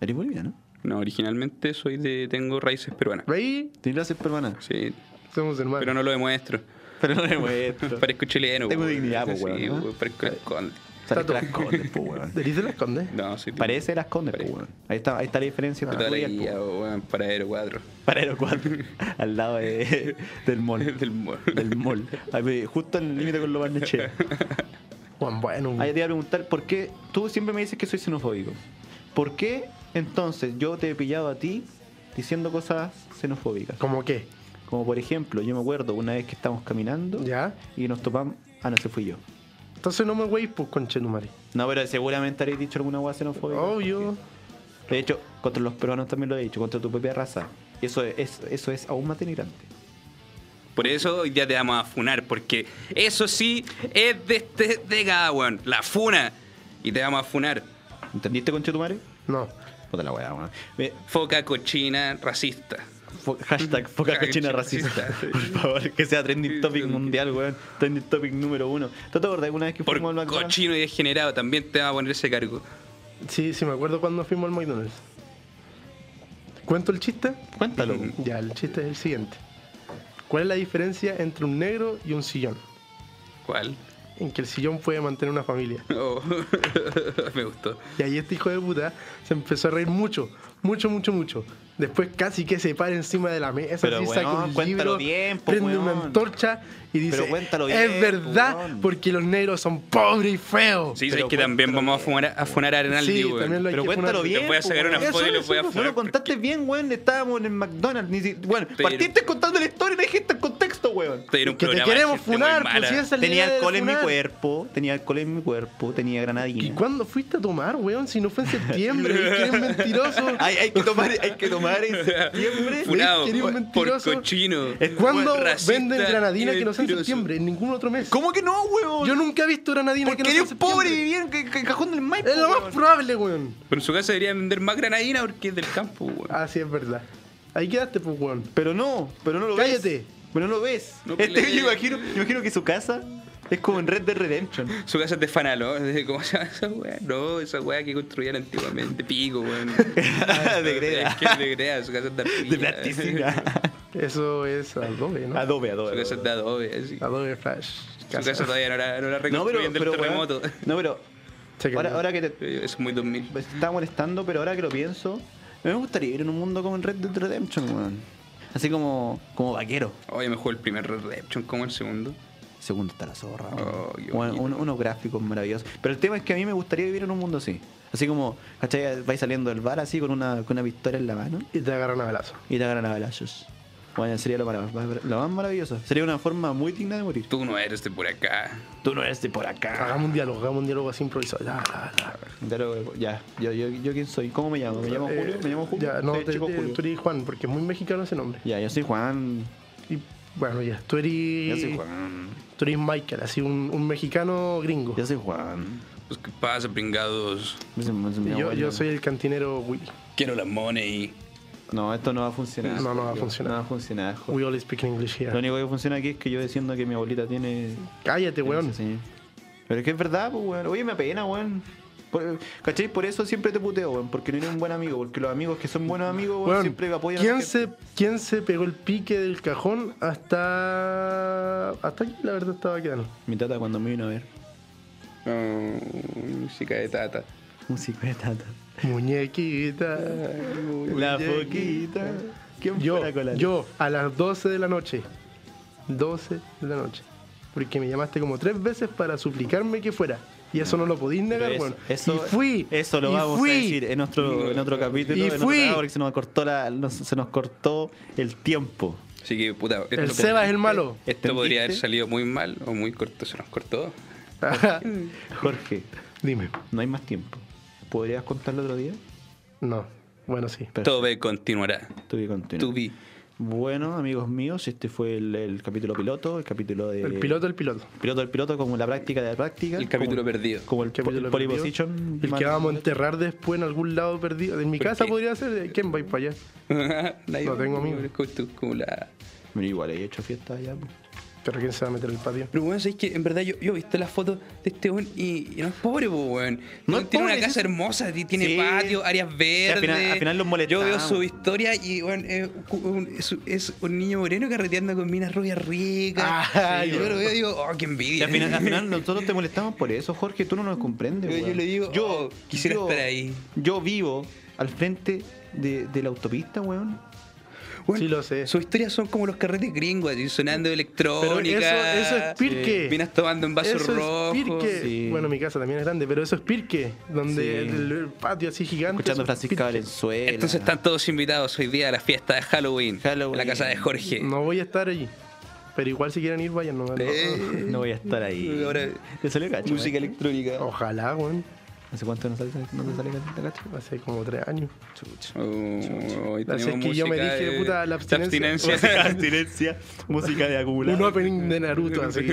Speaker 1: Eres boliviano.
Speaker 3: No, originalmente soy de. Tengo raíces peruanas.
Speaker 2: ¿Veis?
Speaker 1: Tienes gracias permanentes.
Speaker 3: Sí,
Speaker 2: Somos hermanos.
Speaker 3: pero no lo demuestro.
Speaker 1: Pero no le muestro.
Speaker 3: Parezco chileno.
Speaker 1: Tengo
Speaker 3: weón.
Speaker 1: dignidad, po,
Speaker 3: Sí,
Speaker 1: weón, ¿no?
Speaker 3: weón, Parezco las Condes.
Speaker 1: Sale
Speaker 2: Tato.
Speaker 1: las condes, po, weón.
Speaker 2: ¿Eres de las Condes?
Speaker 3: No, sí.
Speaker 1: Parece las condes, po, weón. Ahí está, ahí está la diferencia.
Speaker 3: Puta
Speaker 1: entre
Speaker 3: la
Speaker 1: William, po,
Speaker 3: guía, weón, para Aero 4.
Speaker 1: Para aerocuadro, al lado de- del mall.
Speaker 3: Del mall.
Speaker 1: Del mall. A ver, Justo en el límite con lo barnechea.
Speaker 2: Juan, bueno.
Speaker 1: Ahí te iba a preguntar, ¿por qué tú siempre me dices que soy xenofóbico? ¿Por qué entonces yo te he pillado a ti diciendo cosas xenofóbicas?
Speaker 2: ¿Cómo qué?
Speaker 1: Como por ejemplo, yo me acuerdo una vez que estábamos caminando
Speaker 2: ¿Ya?
Speaker 1: y nos topamos. Ah, no, se fui yo.
Speaker 2: Entonces no me weis, pues, conchetumare.
Speaker 1: No, pero seguramente haréis dicho alguna hueá xenofóbica.
Speaker 3: Oh.
Speaker 2: Obvio.
Speaker 1: De hecho, contra los peruanos también lo he dicho, contra tu propia raza. Y Eso es, eso es aún más denigrante.
Speaker 3: Por eso hoy día te vamos a funar, porque eso sí es de este década, weón. La funa. Y te vamos a funar.
Speaker 1: ¿Entendiste, conchetumare?
Speaker 2: No.
Speaker 1: Puta la weá, weón. Ve,
Speaker 3: Foca cochina racista.
Speaker 1: fo- hashtag foca cochina racista.
Speaker 3: Racista.
Speaker 1: Por favor, que sea trending
Speaker 3: Sí,
Speaker 1: topic
Speaker 3: sí.
Speaker 1: mundial, weón. Trending topic número uno. ¿Tú te acordás alguna vez que
Speaker 3: Por
Speaker 1: fuimos al McDonald's?
Speaker 3: cochino y degenerado, también te va a poner ese cargo.
Speaker 2: Sí, sí, me acuerdo cuando fuimos al McDonald's. ¿Cuento el chiste?
Speaker 1: Cuéntalo.
Speaker 3: Mm.
Speaker 2: Ya, el chiste es el siguiente. ¿Cuál es la diferencia entre un negro y un sillón?
Speaker 3: ¿Cuál?
Speaker 2: En que el sillón puede mantener una familia.
Speaker 3: Oh, me gustó.
Speaker 2: Y ahí este hijo de puta se empezó a reír mucho, mucho, mucho, mucho. Después casi que se para encima de la mesa,
Speaker 1: Pero,
Speaker 2: así,
Speaker 1: weón,
Speaker 2: saca un
Speaker 1: cuéntalo
Speaker 2: libro,
Speaker 1: bien, po,
Speaker 2: prende una
Speaker 1: weón.
Speaker 2: antorcha y dice,
Speaker 1: Pero cuéntalo
Speaker 2: es
Speaker 1: bien,
Speaker 2: verdad
Speaker 1: po, weón".
Speaker 2: porque los negros son pobres y feos.
Speaker 3: Sí,
Speaker 1: Pero
Speaker 3: sabes que también
Speaker 1: cuéntalo
Speaker 3: vamos a funar, a funar a Arenal,
Speaker 2: Sí,
Speaker 3: weón.
Speaker 2: también lo hay
Speaker 1: Pero
Speaker 2: que
Speaker 1: cuéntalo
Speaker 2: funar.
Speaker 1: bien.
Speaker 3: Les voy a sacar
Speaker 1: pues,
Speaker 3: una
Speaker 1: weón.
Speaker 3: foto y
Speaker 1: Eso,
Speaker 3: los voy a
Speaker 1: eso,
Speaker 3: funar,
Speaker 1: No lo contaste bien, weón. Estábamos en el McDonald's. ni si- Bueno,
Speaker 3: Estoy
Speaker 1: partiste contando la historia y no dijiste el contexto, weón.
Speaker 3: Te dieron un
Speaker 2: Que te
Speaker 3: programa
Speaker 2: queremos
Speaker 3: de gente muy
Speaker 2: funar, pues,
Speaker 3: mala.
Speaker 2: si esa es la
Speaker 1: Tenía
Speaker 2: idea del
Speaker 1: alcohol en mi
Speaker 2: funar.
Speaker 1: cuerpo, tenía alcohol en mi cuerpo, tenía
Speaker 2: ¿Y
Speaker 1: granadina.
Speaker 2: cuándo fuiste a tomar, weón? Si no fue en septiembre, ¿ves que eres mentiroso.
Speaker 3: Ah,
Speaker 1: Hay, hay que tomar, hay que tomar en septiembre.
Speaker 3: Funado
Speaker 2: ¿Ves que eres un
Speaker 3: por- por
Speaker 2: mentiroso?
Speaker 3: cochino.
Speaker 2: ¿Cuándo
Speaker 3: Buen racista
Speaker 2: venden granadina
Speaker 3: y
Speaker 2: que no sea en
Speaker 3: mentiroso.
Speaker 2: septiembre? En ningún otro mes.
Speaker 1: ¿Cómo que no, weón?
Speaker 2: Yo nunca he visto granadina
Speaker 1: Porque
Speaker 2: que no sea en
Speaker 1: eres pobre y
Speaker 2: septiembre.
Speaker 1: vivía en ca- ca- cajón del Maipo.
Speaker 2: Es lo más
Speaker 1: weón.
Speaker 2: probable, weón.
Speaker 3: Pero en su casa deberían vender más granadina porque es del campo, weón.
Speaker 2: Ah, sí, es verdad. Ahí quedaste, pues, weón.
Speaker 1: Pero no, pero no lo
Speaker 2: Cállate.
Speaker 1: ves. Pero no lo ves.
Speaker 3: No
Speaker 1: este,
Speaker 3: pelees.
Speaker 1: yo imagino, yo imagino que su casa es como en Red Dead Redemption.
Speaker 3: Su casa es de fanalo, ¿eh? ¿cómo se llama esa weá? No, esa weá que construían antiguamente, pico, weón. Ah,
Speaker 1: de
Speaker 3: Es
Speaker 1: greda.
Speaker 3: que es de greda, su casa es de arcilla.
Speaker 1: De plasticina.
Speaker 2: Eso es Adobe, ¿no?
Speaker 1: Adobe,
Speaker 3: Su
Speaker 1: Adobe.
Speaker 3: casa es de adobe, así.
Speaker 2: Adobe Flash.
Speaker 3: Su casa todavía no la, no la
Speaker 1: No, pero,
Speaker 3: reconstruyen
Speaker 1: pero,
Speaker 3: del
Speaker 1: weón,
Speaker 3: terremoto.
Speaker 1: no, pero
Speaker 2: Se cayó.
Speaker 1: ahora, ahora que te
Speaker 3: Eh, Es muy 2000.
Speaker 1: me está molestando, pero ahora que lo pienso, a mí me gustaría ir en un mundo como en Red Dead Redemption, weón. Así como, como vaquero.
Speaker 3: Oye, me jugó el primer Red Redemption como el segundo.
Speaker 1: Segundo está la zorra. weón.
Speaker 3: Oh, qué
Speaker 1: Weón,
Speaker 3: bonito.
Speaker 1: un- unos gráficos maravillosos. Pero el tema es que a mí me gustaría vivir en un mundo así. Así como, ¿cachai? Vais saliendo del bar así con una, con una pistola en la mano
Speaker 2: Y te agarran a balazo.
Speaker 1: y te agarran a balazos. Bueno, sería lo, marav- lo más maravilloso. Sería una forma muy digna de morir.
Speaker 3: Tú no eres de por acá.
Speaker 1: Tú no eres de por acá.
Speaker 2: Hagamos un diálogo, hagamos un diálogo así improvisado. Ya, ya, ya.
Speaker 1: Ya, lo- ya. Yo, yo, yo quién soy. ¿Cómo me llamo? ¿Me llamo
Speaker 2: Eh,
Speaker 1: Julio? ¿Me llamo Julio?
Speaker 2: Ya, no,
Speaker 1: Soy el
Speaker 2: te-
Speaker 1: chico
Speaker 2: te-
Speaker 1: Julio.
Speaker 2: tú eres Juan, porque es muy mexicano ese nombre.
Speaker 1: Ya, yo soy Juan.
Speaker 2: Y bueno, ya, tú
Speaker 1: Yo
Speaker 2: eres.
Speaker 1: soy Juan.
Speaker 2: Tú eres Michael, así un, un mexicano gringo.
Speaker 1: Yo soy Juan.
Speaker 3: Pues qué pasa, pringados.
Speaker 1: Me dice- me dice mi
Speaker 2: Y yo,
Speaker 1: abuela.
Speaker 2: yo soy el cantinero Willy.
Speaker 3: Quiero la money.
Speaker 1: No, esto no va a funcionar.
Speaker 2: No, no va a
Speaker 1: Julio.
Speaker 2: funcionar.
Speaker 1: No va a funcionar, Julio.
Speaker 2: We all speak English
Speaker 1: Lo
Speaker 2: here.
Speaker 1: único que funciona aquí es que yo diciendo que mi abuelita tiene.
Speaker 2: Cállate, weón.
Speaker 1: Sí. Pero es que es verdad, pues, weón. Oye, me apena, weón. Por, ¿Cachai? Por eso siempre te puteo, weón. Porque no eres un buen amigo. Porque los amigos que son buenos amigos, weón,
Speaker 2: Weón,
Speaker 1: siempre apoyan a
Speaker 2: ¿quién
Speaker 1: la gente.
Speaker 2: se, ¿Quién se pegó el pique del cajón hasta. Hasta aquí, la verdad, estaba quedando?
Speaker 1: Mi tata cuando me vino a ver.
Speaker 3: Oh, música de tata.
Speaker 1: Música de tata.
Speaker 2: Muñequita.
Speaker 1: La foquita. ¿Quién
Speaker 2: Yo,
Speaker 1: fuera con la-
Speaker 2: yo, a las 12 de la noche. 12 de la noche. Porque me llamaste como tres veces para suplicarme que fuera. Y eso no lo podís
Speaker 1: Pero
Speaker 2: negar,
Speaker 1: eso,
Speaker 2: weón.
Speaker 1: eso,
Speaker 2: y fui.
Speaker 1: Eso lo
Speaker 2: y
Speaker 1: vamos
Speaker 2: fui.
Speaker 1: a decir en otro, en otro capítulo.
Speaker 2: Y
Speaker 1: en otro
Speaker 2: fui.
Speaker 1: programa, porque se nos cortó la, nos- se nos cortó el tiempo.
Speaker 3: Así que, puta. esto
Speaker 2: El
Speaker 3: pod-
Speaker 2: Seba es el malo.
Speaker 3: Esto podría haber
Speaker 1: ¿Entendiste?
Speaker 3: salido muy mal o muy corto. Se nos cortó.
Speaker 1: Jorge,
Speaker 2: Dime.
Speaker 1: no hay más tiempo. ¿Podrías contarlo otro día?
Speaker 2: No. Bueno, sí.
Speaker 1: Perfecto.
Speaker 3: Todo be continuará.
Speaker 1: Tuve que continuar.
Speaker 3: To be.
Speaker 1: Bueno, amigos míos, este fue el, el capítulo piloto, el capítulo de...
Speaker 2: El piloto, el piloto.
Speaker 1: piloto del piloto, como la práctica de la práctica.
Speaker 3: El capítulo
Speaker 1: como-
Speaker 3: perdido.
Speaker 1: Como el,
Speaker 2: El capítulo
Speaker 1: po- el
Speaker 2: perdido.
Speaker 1: polyposition.
Speaker 2: El que vamos a enterrar después en algún lado perdido. En mi
Speaker 3: ¿Por
Speaker 2: casa
Speaker 3: qué?
Speaker 2: podría ser. eh, ¿Quién va a ir para allá?
Speaker 3: Nadie
Speaker 2: No tengo amigos.
Speaker 3: Es como tú, como la-
Speaker 1: Mira, igual he hecho fiesta pues. allá. po.
Speaker 2: Pero ¿quién se va a meter en el patio?
Speaker 3: Pero bueno, sabes que en verdad yo, yo he visto las fotos de este weón y, y no es pobre, po, weón.
Speaker 1: No
Speaker 3: No
Speaker 1: es
Speaker 3: tiene
Speaker 1: pobre,
Speaker 3: una casa
Speaker 1: sí.
Speaker 3: hermosa, ti- tiene
Speaker 1: Sí.
Speaker 3: patio, áreas verdes.
Speaker 1: al final- al final los
Speaker 3: Yo veo
Speaker 1: molestamos.
Speaker 3: su historia y weón, es, un- es un- es un niño moreno carreteando con minas rubias ricas.
Speaker 1: Ah, sí,
Speaker 3: yo
Speaker 1: weón.
Speaker 3: lo veo y digo, oh, qué
Speaker 1: Y
Speaker 3: envidia.
Speaker 1: al final, ah, al final nosotros te molestamos por eso, Jorge, tú no nos comprendes.
Speaker 3: Yo- yo
Speaker 1: weón.
Speaker 3: le digo, oh, quisiera estar ahí.
Speaker 1: Yo vivo al frente de, de la autopista, weón.
Speaker 3: Weón,
Speaker 2: Sí lo sé.
Speaker 3: Sus historias son como los carretes gringos, así, sonando
Speaker 2: Pero
Speaker 3: electrónica.
Speaker 2: eso, eso es pirque.
Speaker 3: Minas tomando en vasos
Speaker 2: Eso es
Speaker 3: rojos.
Speaker 2: Pirque.
Speaker 1: sí.
Speaker 2: Bueno, mi casa también es grande, pero eso es Pirque, donde
Speaker 1: Sí.
Speaker 2: el, el patio así gigante.
Speaker 1: Escuchando a
Speaker 2: es
Speaker 1: Francisca
Speaker 2: Pirque.
Speaker 1: Valenzuela.
Speaker 3: Entonces están todos invitados hoy día a la fiesta de Halloween,
Speaker 1: Halloween.
Speaker 3: en la casa de Jorge.
Speaker 2: No voy a estar allí, pero igual si quieren ir, vayan. No, no.
Speaker 3: Eh,
Speaker 1: No voy a estar ahí.
Speaker 3: Ahora-
Speaker 1: te salió cacho.
Speaker 3: Música
Speaker 1: eh?
Speaker 3: electrónica.
Speaker 2: Ojalá, weón.
Speaker 1: ¿Hace cuánto no, sale, no te sale cacho? cacho?
Speaker 2: Hace como tres años.
Speaker 1: Chucha.
Speaker 3: Oh, hoy
Speaker 2: La sé
Speaker 3: tenemos
Speaker 2: que yo me
Speaker 3: música
Speaker 2: dije,
Speaker 3: de-
Speaker 2: puta, la abstinencia.
Speaker 1: Música de abstinencia, música de acumulado.
Speaker 2: Un opening de Naruto, así.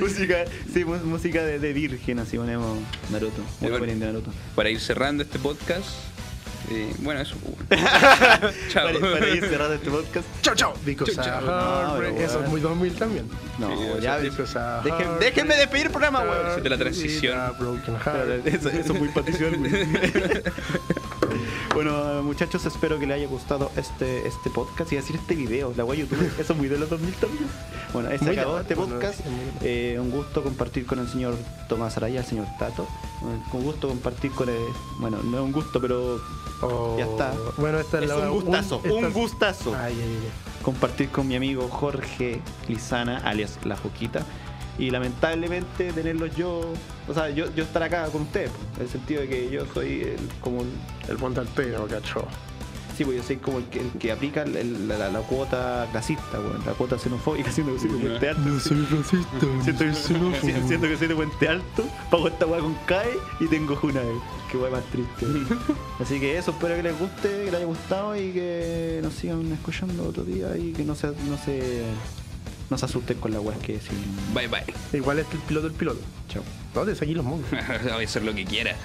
Speaker 1: música, sí, mu- música de, de virgen, así ponemos Naruto. Un
Speaker 3: bueno.
Speaker 1: opening de Naruto.
Speaker 3: Para ir cerrando este podcast, Eh, bueno, eso. Chao.
Speaker 1: Para, para ir cerrando este podcast.
Speaker 2: Chao, chao. Because I
Speaker 3: Chao, chao.
Speaker 2: heartbreak.
Speaker 1: No, pero
Speaker 2: Eso es
Speaker 1: bueno.
Speaker 2: muy 2000 también.
Speaker 1: No,
Speaker 3: Sí, eso
Speaker 1: ya.
Speaker 2: es because I
Speaker 1: Dejen-
Speaker 2: heartbreak.
Speaker 1: déjenme despedir el programa, weón.
Speaker 3: de la transición.
Speaker 2: With a broken heart.
Speaker 1: Eso, eso es muy patricial, güey. bueno, eh, muchachos, espero que les haya gustado este, este podcast y decir este video. La web YouTube, eso es muy de los 2000 también. Bueno, ahí se
Speaker 2: Muy de
Speaker 1: acabó
Speaker 2: los
Speaker 1: este
Speaker 2: 2000,
Speaker 1: podcast.
Speaker 2: sí, muy de los
Speaker 1: Eh, un gusto compartir con el señor Tomás Araya, el señor Tato. Bueno, Un gusto compartir con el. Bueno, no es un gusto, pero.
Speaker 2: Oh,
Speaker 1: Ya está.
Speaker 2: Bueno, esta es,
Speaker 1: Es
Speaker 2: la
Speaker 1: un gustazo,
Speaker 2: esta
Speaker 1: un
Speaker 2: es-
Speaker 1: gustazo.
Speaker 2: Ay, ay,
Speaker 1: Compartir con mi amigo Jorge Lizana, alias La Joquita. Y lamentablemente tenerlo yo, o sea, yo, yo estar acá con usted, en el sentido de que yo soy el- como el-
Speaker 2: ay. El ponte al pelo, cacho.
Speaker 1: Sí, pues yo soy como el que, el que aplica el- la, la- la cuota clasista, weón, la cuota xenofóbica, siento que soy de puente alto.
Speaker 2: No soy racista.
Speaker 1: Siento que, si- siento que soy de puente alto, pago esta weá con CAE y tengo Junae. Qué weá más triste. Así que eso, espero que les guste, que les haya gustado y que nos sigan escuchando otro día y que no se, no se, no se asusten con la weá que decimos.
Speaker 3: Bye bye.
Speaker 2: Igual es el piloto el piloto.
Speaker 1: Chao.
Speaker 2: No, te saqué los mongos.
Speaker 3: Voy a hacer lo que quiera.